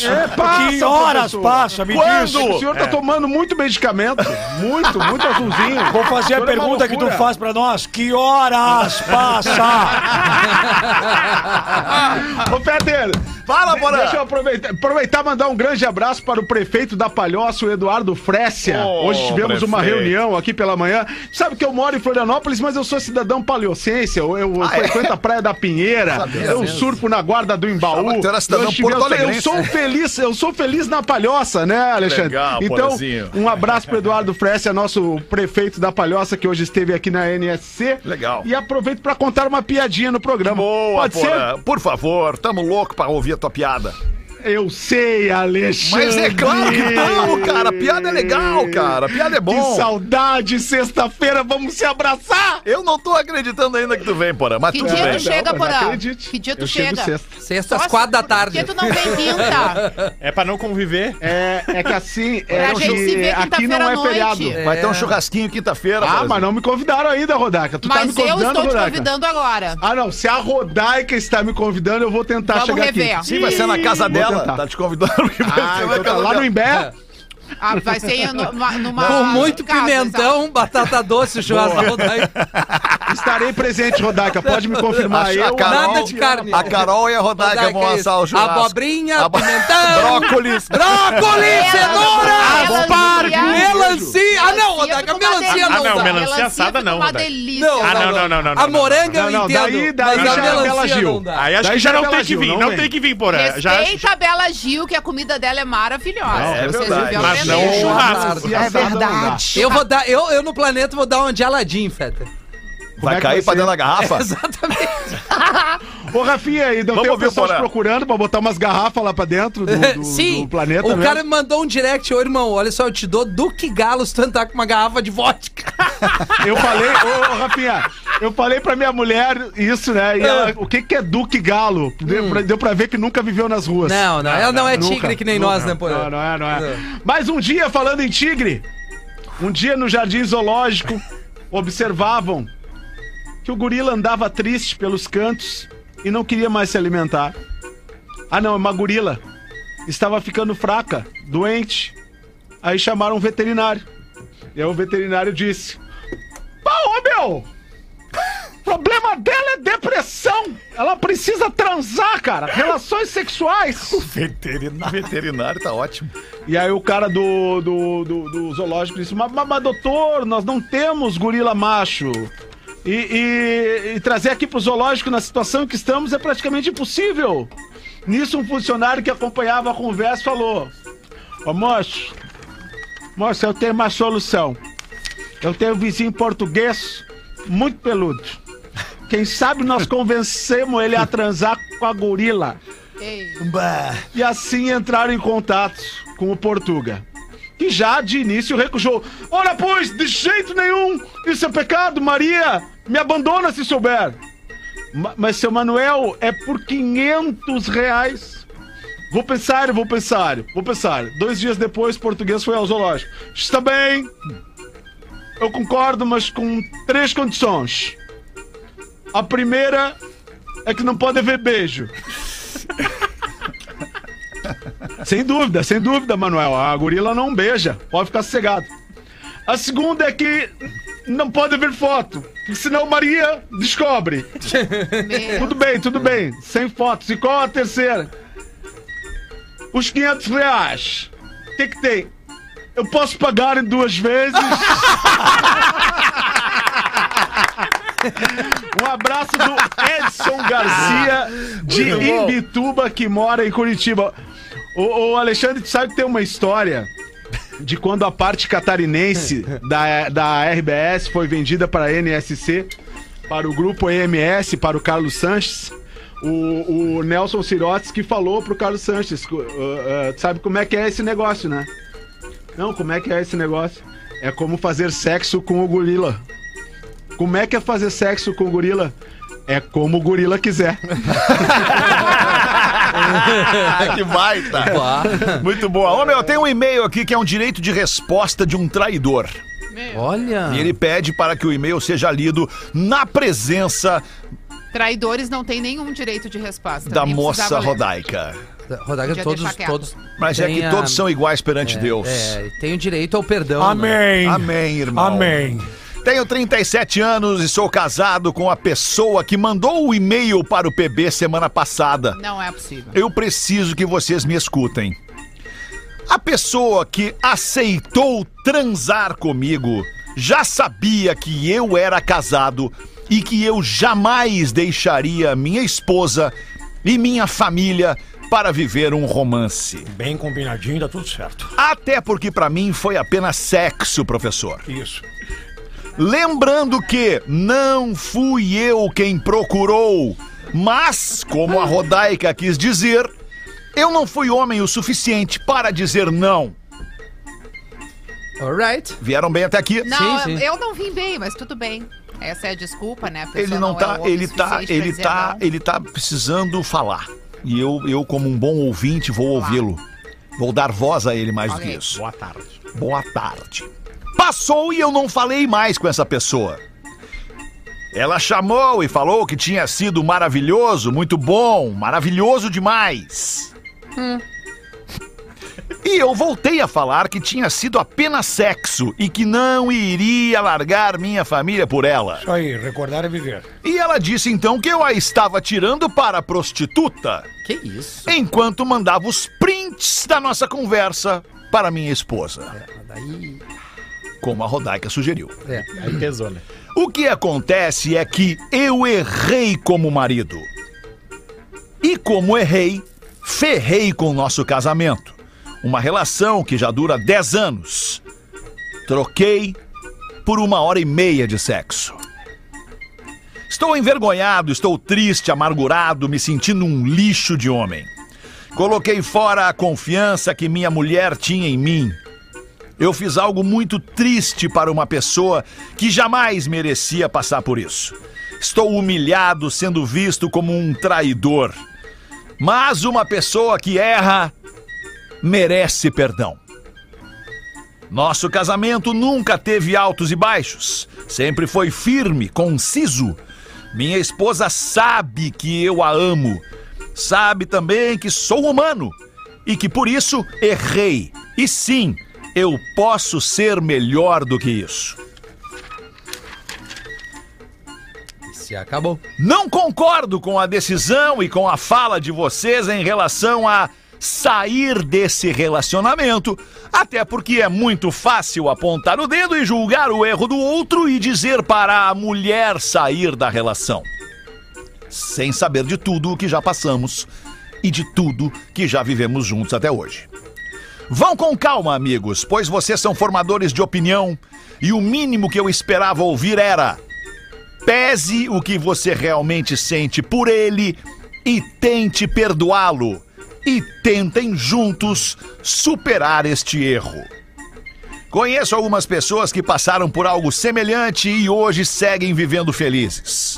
Speaker 7: É, passa,
Speaker 5: que horas
Speaker 7: professor.
Speaker 5: passa? Me diz.
Speaker 7: O senhor tá tomando muito medicamento. Muito, muito azulzinho.
Speaker 5: Vou fazer a
Speaker 7: Senhor é uma
Speaker 5: pergunta que tu
Speaker 7: loucura.
Speaker 5: faz pra nós. Que horas passa?
Speaker 7: Ô, Peter,
Speaker 9: Fala,
Speaker 7: de- deixa eu
Speaker 9: Porã.
Speaker 7: aproveitar, aproveitar e mandar um grande abraço para o prefeito da Palhoça, o Eduardo Frécia.
Speaker 9: Ô,
Speaker 7: Hoje tivemos uma
Speaker 9: prefeito.
Speaker 7: reunião aqui pela manhã. Sabe que eu moro em Florianópolis, mas eu sou cidadão paliocense. Eu, eu
Speaker 9: Ah, é?
Speaker 7: frequento a Praia da Pinheira, eu surfo na guarda do
Speaker 9: Achava
Speaker 7: Embaú.
Speaker 9: que Ah, tu era cidadão
Speaker 7: Eu estive- eu, sou- eu
Speaker 9: porto-alegrense.
Speaker 7: sou feliz, eu sou feliz na Palhoça, né, Alexandre?
Speaker 9: Legal,
Speaker 7: então,
Speaker 9: Porãzinho.
Speaker 7: um abraço para Eduardo Frécia, nosso prefeito da Palhoça, que hoje esteve aqui na NSC.
Speaker 9: Legal.
Speaker 7: E aproveito para contar uma piadinha no programa.
Speaker 9: Boa,
Speaker 7: Pode ser?
Speaker 9: Porã. Ah, Por favor, tamo louco pra ouvir a tua piada.
Speaker 7: Eu sei, Alexandre.
Speaker 9: Mas é claro que tamo, cara. Piada é legal, cara. Piada é
Speaker 7: Que
Speaker 9: bom.
Speaker 7: saudade, sexta-feira, vamos se abraçar!
Speaker 9: Eu não tô acreditando ainda que tu vem, Porã, mas
Speaker 8: Que
Speaker 9: tudo
Speaker 8: dia
Speaker 9: bem.
Speaker 8: tu chega,
Speaker 7: mas
Speaker 8: Porã?
Speaker 7: acredite,
Speaker 8: Que dia tu
Speaker 7: eu chego
Speaker 8: chega?
Speaker 7: sexta.
Speaker 4: Sexta tá às quatro da
Speaker 8: Por que
Speaker 4: tarde.
Speaker 8: tu não vem quinta?
Speaker 6: É pra não conviver.
Speaker 7: É, é que assim, é
Speaker 8: Pra gente
Speaker 7: que
Speaker 8: se ver
Speaker 7: aqui não
Speaker 8: quinta-feira à
Speaker 7: é
Speaker 8: noite.
Speaker 7: feriado.
Speaker 9: Vai ter um churrasquinho quinta-feira.
Speaker 7: Ah,
Speaker 9: Brasil.
Speaker 7: mas não me convidaram ainda, Rodaica. Tu tá me
Speaker 8: Mas eu
Speaker 7: convidando,
Speaker 8: estou te
Speaker 7: Rodaica?
Speaker 8: convidando agora.
Speaker 7: Ah, não. Se a Rodaica está me convidando, eu vou tentar
Speaker 8: Vamos
Speaker 7: chegar
Speaker 8: rever.
Speaker 7: aqui.
Speaker 9: Sim, vai ser na casa
Speaker 7: Vou
Speaker 9: dela.
Speaker 7: tentar.
Speaker 9: Tá te convidando que vai
Speaker 7: Ah,
Speaker 9: ser
Speaker 7: então
Speaker 9: na
Speaker 7: tá
Speaker 9: casa
Speaker 7: lá
Speaker 9: dela.
Speaker 7: no Imbé.
Speaker 8: Ah, vai ser numa. numa
Speaker 4: Com muito
Speaker 8: casa,
Speaker 9: então.
Speaker 4: pimentão, batata doce, o churrasco da Rodaica.
Speaker 7: Estarei presente, Rodaica. Pode me confirmar.
Speaker 9: Acho-
Speaker 7: Eu, um
Speaker 9: a Carol,
Speaker 4: Nada de carne.
Speaker 9: A Carol e a Rodaica
Speaker 4: Rodaica,
Speaker 9: vão
Speaker 4: é isso.
Speaker 9: assar o churrasco.
Speaker 4: Abobrinha, é
Speaker 9: Abo-
Speaker 4: pimentão.
Speaker 9: Brócolis.
Speaker 4: Brócolis, cenoura,
Speaker 8: melancia,
Speaker 4: aspargo, melancia. Ah, não, Rodaica,
Speaker 8: fica uma
Speaker 4: melancia
Speaker 8: delícia.
Speaker 4: não
Speaker 12: Ah, não,
Speaker 4: dá.
Speaker 12: melancia assada
Speaker 8: fica
Speaker 12: não,
Speaker 8: Uma
Speaker 12: Rodaica.
Speaker 8: delícia.
Speaker 4: Não,
Speaker 12: Ah, não, não, não, não,
Speaker 4: A
Speaker 12: não,
Speaker 4: moranga eu
Speaker 7: não, não,
Speaker 4: entendo,
Speaker 7: daí- daí
Speaker 4: mas a
Speaker 7: já é Bela
Speaker 4: melancia
Speaker 7: Gil.
Speaker 4: não dá.
Speaker 12: Aí acho
Speaker 7: Daí
Speaker 12: que já
Speaker 7: já
Speaker 12: não
Speaker 7: Bela
Speaker 12: tem que
Speaker 7: Gil,
Speaker 12: vir,
Speaker 7: não
Speaker 12: não,
Speaker 7: vem.
Speaker 12: tem que vir, Porã. Já
Speaker 8: Respeita a Bela Gil, que a comida dela é maravilhosa.
Speaker 9: é
Speaker 8: Vocês
Speaker 9: verdade.
Speaker 8: deviam
Speaker 12: Mas
Speaker 8: aprender.
Speaker 12: não
Speaker 4: é
Speaker 12: o churrasco.
Speaker 7: Melancia assada não dá.
Speaker 4: Eu vou dar, eu, eu no planeta vou dar uma de Aladim, Feta.
Speaker 9: Vai
Speaker 7: é que
Speaker 9: cair
Speaker 7: vai
Speaker 9: pra
Speaker 7: ser?
Speaker 9: dentro da garrafa?
Speaker 7: Ô, Rafinha, e não
Speaker 9: Vamos
Speaker 7: tem o
Speaker 9: ouvir o
Speaker 7: pessoal te
Speaker 9: Porã.
Speaker 7: procurando pra botar umas garrafas lá pra dentro do, do-
Speaker 4: Sim,
Speaker 7: do planeta?
Speaker 4: o
Speaker 7: né?
Speaker 4: cara me mandou um direct, ô irmão, olha só, eu te dou Duque Galo se tu entrar com uma garrafa de vodka.
Speaker 7: Eu falei, ô, ô Rafinha, eu falei pra minha mulher isso, né? E
Speaker 4: Ah.
Speaker 7: ela, o que que é Duque Galo? Deu, pra, deu pra ver que nunca viveu nas ruas.
Speaker 4: Hum. Não, não, ela não é
Speaker 7: Nunca,
Speaker 4: tigre que nem
Speaker 7: nunca.
Speaker 4: nós, né, pô?
Speaker 7: Não, não é, não é. Mais um dia falando em tigre. Um dia no jardim zoológico, observavam que o gorila andava triste pelos cantos e não queria mais se alimentar. Ah, não, é uma gorila. Estava ficando fraca, doente. Aí chamaram um veterinário. E aí o veterinário disse: Pá, ô meu! O problema dela é depressão! Ela precisa transar, cara! Relações sexuais!
Speaker 9: Veterinário. Veterinário tá ótimo.
Speaker 7: E aí o cara do, do, do, do zoológico disse: mas, mas, mas, doutor, nós não temos gorila macho. E, e- e trazer aqui pro zoológico na situação em que estamos é praticamente impossível. Nisso, um funcionário que acompanhava a conversa falou: Ô moço, moço, eu tenho uma solução. Eu tenho um vizinho português muito peludo. Quem sabe nós convencemos ele a transar com a gorila.
Speaker 8: Ei.
Speaker 7: E assim entraram em contato com o Portuga. que já de início recusou. Ora, pois, de jeito nenhum, isso é pecado, Maria, me abandona se souber. Ma- Mas, seu Manuel, é por 500 reais. Vou pensar, vou pensar, vou pensar. Dois dias depois, o português foi ao zoológico. Está bem, eu concordo, mas com três condições. A primeira é que não pode haver beijo. sem dúvida, sem dúvida, Manuel. A gorila não beija, pode ficar sossegado. A segunda é que não pode haver foto, porque senão Maria descobre.
Speaker 12: É.
Speaker 7: tudo bem, tudo bem, sem fotos. E qual a terceira? Os 500 reais. O que que tem? Eu posso pagar em duas vezes? Um abraço do Edson Garcia de
Speaker 12: Ah, Muito bom.
Speaker 7: Imbituba, que mora em Curitiba. O, Alexandre, tu sabe que tem uma história de quando a parte catarinense da, da RBS foi vendida para a NSC, para o grupo EMS, para o Carlos Sanches. O, o Nelson Sirotes que falou pro Carlos Sanches, uh, uh, tu sabe como é que é esse negócio, né? Não, como é que é esse negócio? É como fazer sexo com o gorila. Como é que é fazer sexo com o gorila? É como o gorila quiser.
Speaker 9: que baita! tá? Muito boa. Ô, meu, tem um e-mail aqui que é um direito de resposta de um traidor.
Speaker 4: Olha.
Speaker 9: E ele pede para que o e-mail seja lido na presença
Speaker 8: Traidores não têm nenhum direito de resposta.
Speaker 9: da
Speaker 8: nem
Speaker 9: moça
Speaker 8: Então, precisava ler.
Speaker 9: rodaica.
Speaker 4: Rodaiga,
Speaker 8: Podia
Speaker 4: todos,
Speaker 8: deixar quieto.
Speaker 4: todos.
Speaker 9: Mas é
Speaker 4: têm
Speaker 9: que
Speaker 4: a-
Speaker 9: todos são iguais perante
Speaker 4: é,
Speaker 9: Deus.
Speaker 4: É, e tem o direito ao perdão. né?
Speaker 9: Amém. Amém, irmão.
Speaker 5: Amém.
Speaker 9: Tenho 37 anos e sou casado com a pessoa que mandou o e-mail para o PB semana passada.
Speaker 8: Não é possível.
Speaker 9: Eu preciso que vocês me escutem. A pessoa que aceitou transar comigo já sabia que eu era casado e que eu jamais deixaria minha esposa e minha família para viver um romance.
Speaker 5: Bem combinadinho, dá tudo certo.
Speaker 9: Até porque pra mim foi apenas sexo, professor.
Speaker 5: Isso.
Speaker 9: Lembrando que não fui eu quem procurou, mas, como a Rodaica quis dizer, eu não fui homem o suficiente para dizer não.
Speaker 4: Alright.
Speaker 9: Vieram bem até aqui?
Speaker 8: Não, eu- eu não vim bem, mas tudo bem. Essa é a desculpa, né? A pessoa
Speaker 9: Ele não
Speaker 8: é
Speaker 9: tá,
Speaker 8: o homem
Speaker 9: ele tá,
Speaker 8: suficiente pra
Speaker 9: ele
Speaker 8: dizer
Speaker 9: tá,
Speaker 8: não.
Speaker 9: ele tá precisando falar. E eu, eu como um bom ouvinte, vou ouvi-lo. Vou dar voz a ele mais do que
Speaker 8: Ok.
Speaker 9: isso. Boa tarde. Boa tarde. Passou e eu não falei mais com essa pessoa. Ela chamou e falou que tinha sido maravilhoso, muito bom, maravilhoso demais. E eu voltei a falar que tinha sido apenas sexo e que não iria largar minha família por ela.
Speaker 5: Isso aí, recordar é viver.
Speaker 9: E ela disse então que eu a estava tirando para a prostituta,
Speaker 4: Que isso?
Speaker 9: enquanto mandava os prints da nossa conversa para minha esposa,
Speaker 6: É,
Speaker 4: Daí.
Speaker 9: como a Rodaica sugeriu.
Speaker 4: É.
Speaker 6: Aí pesou, né?
Speaker 9: O que acontece é que eu errei como marido. E como errei, ferrei com o nosso casamento. Uma relação que já dura 10 anos. Troquei por uma hora e meia de sexo. Estou envergonhado, estou triste, amargurado, me sentindo um lixo de homem. Coloquei fora a confiança que minha mulher tinha em mim. Eu fiz algo muito triste para uma pessoa que jamais merecia passar por isso. Estou humilhado sendo visto como um traidor. Mas uma pessoa que erra merece perdão. Nosso casamento nunca teve altos e baixos. Sempre foi firme, conciso. Minha esposa sabe que eu a amo. Sabe também que sou humano e que por isso errei. E sim, eu posso ser melhor do que isso.
Speaker 4: Se acabou.
Speaker 9: Não concordo com a decisão e com a fala de vocês em relação a sair desse relacionamento, até porque é muito fácil apontar o dedo e julgar o erro do outro e dizer para a mulher sair da relação, sem saber de tudo o que já passamos e de tudo que já vivemos juntos até hoje. Vão com calma, amigos, pois vocês são formadores de opinião e o mínimo que eu esperava ouvir era: Pese o que você realmente sente por ele e tente perdoá-lo. E tentem juntos superar este erro. Conheço algumas pessoas que passaram por algo semelhante e hoje seguem vivendo felizes.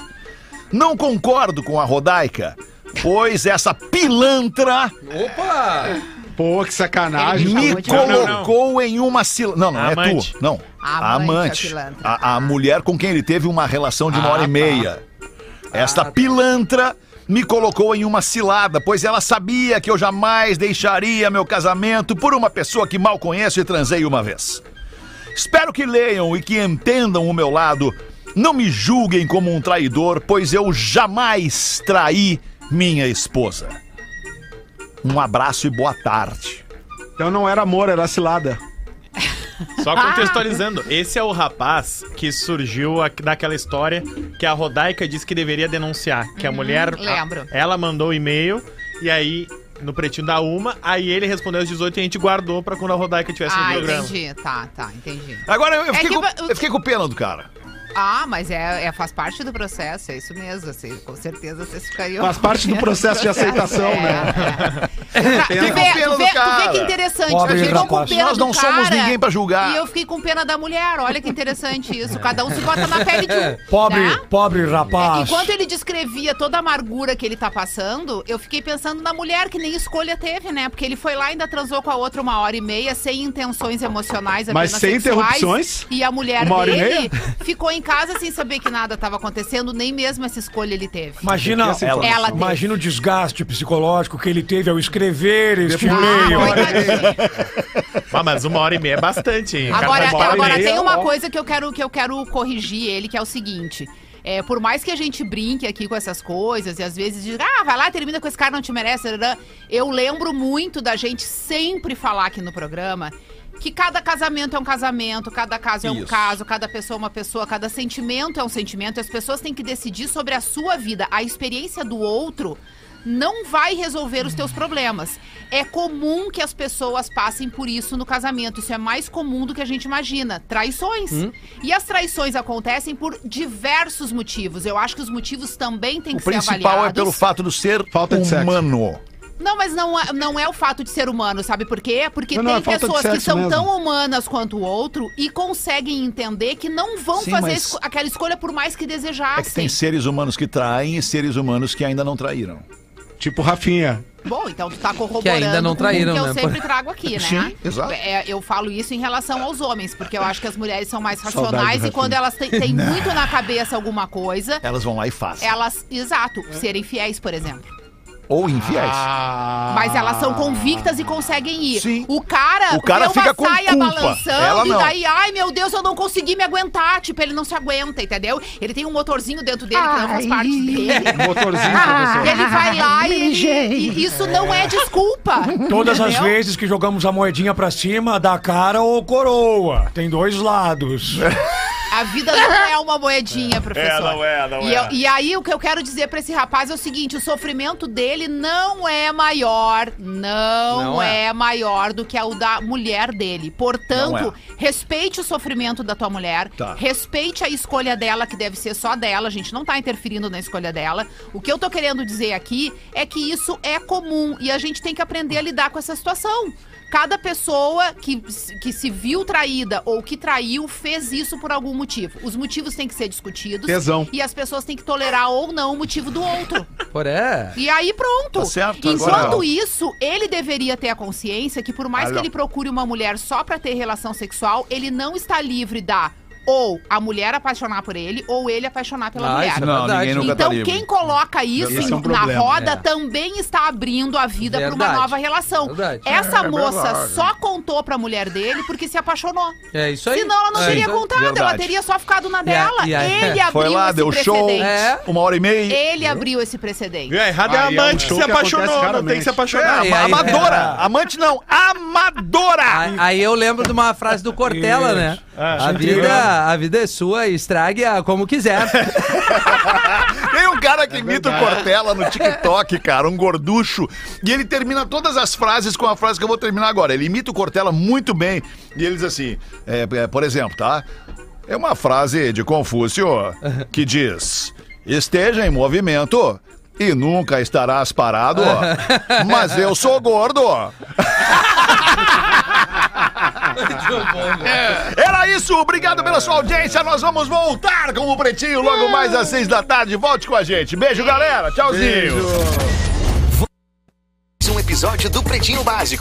Speaker 9: Não concordo com a Rodaica, pois essa pilantra
Speaker 4: Opa!
Speaker 7: Pô, que sacanagem.
Speaker 9: me colocou em uma cilada. Não, não, é
Speaker 7: Amante.
Speaker 9: tu. Não.
Speaker 7: A
Speaker 9: A amante.
Speaker 7: amante, a pilantra.
Speaker 9: A, a mulher com quem ele teve uma relação de uma
Speaker 7: Ah,
Speaker 9: hora e
Speaker 7: tá. Ah,
Speaker 9: meia. Esta pilantra me colocou em uma cilada, pois ela sabia que eu jamais deixaria meu casamento por uma pessoa que mal conheço e transei uma vez. Espero que leiam e que entendam o meu lado. Não me julguem como um traidor, pois eu jamais traí minha esposa. Um abraço e boa tarde.
Speaker 7: Então não era amor, era cilada.
Speaker 6: Só contextualizando, esse é o rapaz que surgiu aqui daquela história que a Rodaica disse que deveria denunciar. Que a mulher.
Speaker 8: Uhum, lembro.
Speaker 6: a- ela mandou o e-mail e aí. No pretinho da uma, aí ele respondeu aos 18 e a gente guardou pra quando a Rodaica
Speaker 9: é
Speaker 6: tivesse no
Speaker 8: Ah,
Speaker 6: programa.
Speaker 8: entendi. Tá, tá, entendi.
Speaker 9: Agora eu
Speaker 8: É
Speaker 9: fiquei,
Speaker 8: que
Speaker 9: com,
Speaker 8: va-
Speaker 9: eu fiquei com pena do cara.
Speaker 8: Ah, mas é, é- faz parte do processo, é isso mesmo. Assim, com certeza Né? vocês ficariam.
Speaker 7: Faz parte do processo de aceitação,
Speaker 8: É.
Speaker 7: né?
Speaker 8: Tá, Tu vê, tu vê, tu vê que interessante.
Speaker 9: Pobre
Speaker 8: tu ficou com
Speaker 9: rapaz.
Speaker 8: pena
Speaker 9: é Nós
Speaker 8: do
Speaker 9: não somos
Speaker 8: cara
Speaker 9: ninguém pra julgar.
Speaker 8: E eu fiquei com pena da mulher. Olha que interessante isso. Cada um se bota na pele de um.
Speaker 5: É, Pobre,
Speaker 8: né?
Speaker 5: pobre rapaz.
Speaker 8: Enquanto ele descrevia toda a amargura que ele tá passando, eu fiquei pensando na mulher que nem escolha teve, né? Porque ele foi lá e ainda transou com a outra uma hora e meia, sem intenções emocionais, apenas
Speaker 7: Mas sem
Speaker 8: sexuais.
Speaker 7: interrupções?
Speaker 8: E a mulher
Speaker 7: Uma hora e
Speaker 8: dele
Speaker 7: meia?
Speaker 8: ficou em casa sem saber que nada estava acontecendo, nem mesmo essa escolha ele teve.
Speaker 5: Imagina,
Speaker 8: ela, assim, ela teve.
Speaker 5: imagina o desgaste psicológico que ele teve ao escrever este
Speaker 6: Depois-
Speaker 5: e-mail.
Speaker 6: Ah, mas uma hora e meia é bastante, hein? O cara
Speaker 8: Agora, é
Speaker 6: faz uma hora e
Speaker 8: agora
Speaker 6: meia,
Speaker 8: tem uma
Speaker 6: ó.
Speaker 8: coisa que eu quero que eu quero corrigir ele, que é o seguinte. É, por mais que a gente brinque aqui com essas coisas e às vezes diz, ah, vai lá, termina com esse cara, não te merece. tarará", Eu lembro muito da gente sempre falar aqui no programa que cada casamento é um casamento, cada caso é um
Speaker 15: Isso.
Speaker 8: caso, cada pessoa é uma pessoa, cada sentimento é um sentimento. E as pessoas têm que decidir sobre a sua vida. A experiência do outro não vai resolver os teus problemas. É comum que as pessoas passem por isso no casamento. Isso é mais comum do que a gente imagina. Traições.
Speaker 15: Hum.
Speaker 8: E as traições acontecem por diversos motivos. Eu acho que os motivos também têm
Speaker 9: O
Speaker 8: que ser avaliados.
Speaker 9: principal é pelo fato de ser humano.
Speaker 8: Não, mas não é, não é o fato de ser humano, sabe por quê? Porque
Speaker 9: Não, não, é
Speaker 8: tem
Speaker 9: falta de
Speaker 8: pessoas que
Speaker 9: sexo
Speaker 8: são
Speaker 9: mesmo.
Speaker 8: tão humanas quanto o outro e conseguem entender que não vão
Speaker 9: Sim,
Speaker 8: fazer
Speaker 9: mas-
Speaker 8: esco- aquela escolha por mais que
Speaker 9: É que
Speaker 8: desejassem.
Speaker 9: tem seres humanos que traem e seres humanos que ainda não traíram.
Speaker 7: Tipo Rafinha.
Speaker 8: Bom, então tu tá corroborando
Speaker 9: Que ainda não traíram,
Speaker 8: com o que eu
Speaker 9: né?
Speaker 8: sempre trago aqui, né?
Speaker 9: Sim, exato.
Speaker 8: É, eu falo isso em relação aos homens, porque eu acho que as mulheres são mais
Speaker 9: Saudade do
Speaker 8: racionais e
Speaker 9: Rafinha.
Speaker 8: quando elas têm têm
Speaker 9: Não.
Speaker 8: muito na cabeça alguma coisa,
Speaker 9: Elas vão lá e fazem.
Speaker 8: elas, exato, serem fiéis, por exemplo.
Speaker 9: Ou infiéis. Ah.
Speaker 8: Mas elas são convictas e conseguem ir. O cara,
Speaker 9: O cara
Speaker 8: vê
Speaker 9: fica
Speaker 8: uma
Speaker 9: com
Speaker 8: saia
Speaker 9: culpa.
Speaker 8: balançando
Speaker 9: Ela
Speaker 8: e
Speaker 9: não.
Speaker 8: daí, ai meu Deus, eu não consegui me aguentar. Tipo, ele não se aguenta, entendeu? Ele tem um motorzinho dentro dele que não faz parte dele.
Speaker 5: É.
Speaker 7: É,
Speaker 5: Motorzinho,
Speaker 8: E
Speaker 5: professor.
Speaker 8: Ah, ele vai lá e, ele-
Speaker 5: Inteligente.
Speaker 8: e isso não é desculpa.
Speaker 5: Todas as
Speaker 8: entendeu?
Speaker 5: vezes que jogamos a moedinha pra cima, dá cara ou coroa. Tem dois lados.
Speaker 8: A vida não é uma moedinha, professor.
Speaker 5: não é, não
Speaker 8: e
Speaker 5: é.
Speaker 8: eu- e aí, o que eu quero dizer pra esse rapaz é o seguinte: o sofrimento dele não é maior, não,
Speaker 15: Não
Speaker 8: é.
Speaker 15: é.
Speaker 8: maior do que o da mulher dele. Portanto,
Speaker 15: Não é.
Speaker 8: respeite o sofrimento da tua mulher,
Speaker 15: Tá.
Speaker 8: respeite a escolha dela, que deve ser só dela. A gente não tá interferindo na escolha dela. O que eu tô querendo dizer aqui é que isso é comum e a gente tem que aprender a lidar com essa situação. Cada pessoa que, que se viu traída ou que traiu fez isso por algum motivo. Os motivos têm que ser discutidos.
Speaker 4: Tesão.
Speaker 8: E as pessoas têm que tolerar ou não o motivo do outro.
Speaker 4: Poré.
Speaker 8: E aí pronto.
Speaker 4: Tá certo,
Speaker 8: Enquanto
Speaker 4: agora-
Speaker 8: isso, ele deveria ter a consciência que por mais
Speaker 4: Alô.
Speaker 8: que ele procure uma mulher só pra ter relação sexual, ele não está livre da ou a mulher apaixonar por ele ou ele apaixonar pela
Speaker 9: Ah,
Speaker 8: mulher.
Speaker 9: isso é Não, verdade. ninguém nunca tá
Speaker 8: então
Speaker 9: livre.
Speaker 8: quem coloca isso
Speaker 9: Esse é um
Speaker 8: em- na
Speaker 9: problema.
Speaker 8: roda
Speaker 9: É.
Speaker 8: também está abrindo a vida pra uma
Speaker 4: Verdade.
Speaker 8: nova relação.
Speaker 4: Verdade.
Speaker 8: Essa
Speaker 4: É
Speaker 8: moça
Speaker 4: verdade.
Speaker 8: só contou pra mulher dele porque se apaixonou.
Speaker 4: É isso aí.
Speaker 8: Senão ela não
Speaker 4: É
Speaker 8: teria
Speaker 4: isso aí.
Speaker 8: contado, ela
Speaker 9: Verdade.
Speaker 8: teria só ficado na
Speaker 9: E a-
Speaker 8: dela.
Speaker 9: e a- É.
Speaker 8: Ele abriu
Speaker 9: Foi lá,
Speaker 8: esse
Speaker 9: deu show,
Speaker 8: precedente.
Speaker 4: É.
Speaker 9: uma hora e meia.
Speaker 8: Ele abriu esse precedente.
Speaker 9: É, errado
Speaker 6: é a Aí é um amante que show se que acontece apaixonou, não tem que se apaixonar.
Speaker 9: É, ama-
Speaker 4: Aí-
Speaker 9: amadora.
Speaker 4: é.
Speaker 9: Amante não, amadora.
Speaker 4: Aí, aí eu lembro de uma frase do Cortella, né?
Speaker 9: Ah,
Speaker 4: a, vida, a vida é sua, estrague a como quiser.
Speaker 9: Tem um cara que imita o Cortella no TikTok, cara, um gorducho. E ele termina todas as frases com a frase que eu vou terminar agora. Ele imita o Cortella muito bem. E ele diz assim, é, é, por exemplo, tá? É uma frase de Confúcio que diz: Esteja em movimento e nunca estarás parado, mas eu sou gordo. Era isso, obrigado pela sua audiência. Nós vamos voltar com o Pretinho logo mais às seis da tarde. Volte com a gente. Beijo, galera. Tchauzinho.
Speaker 13: Mais um episódio do Pretinho Básico.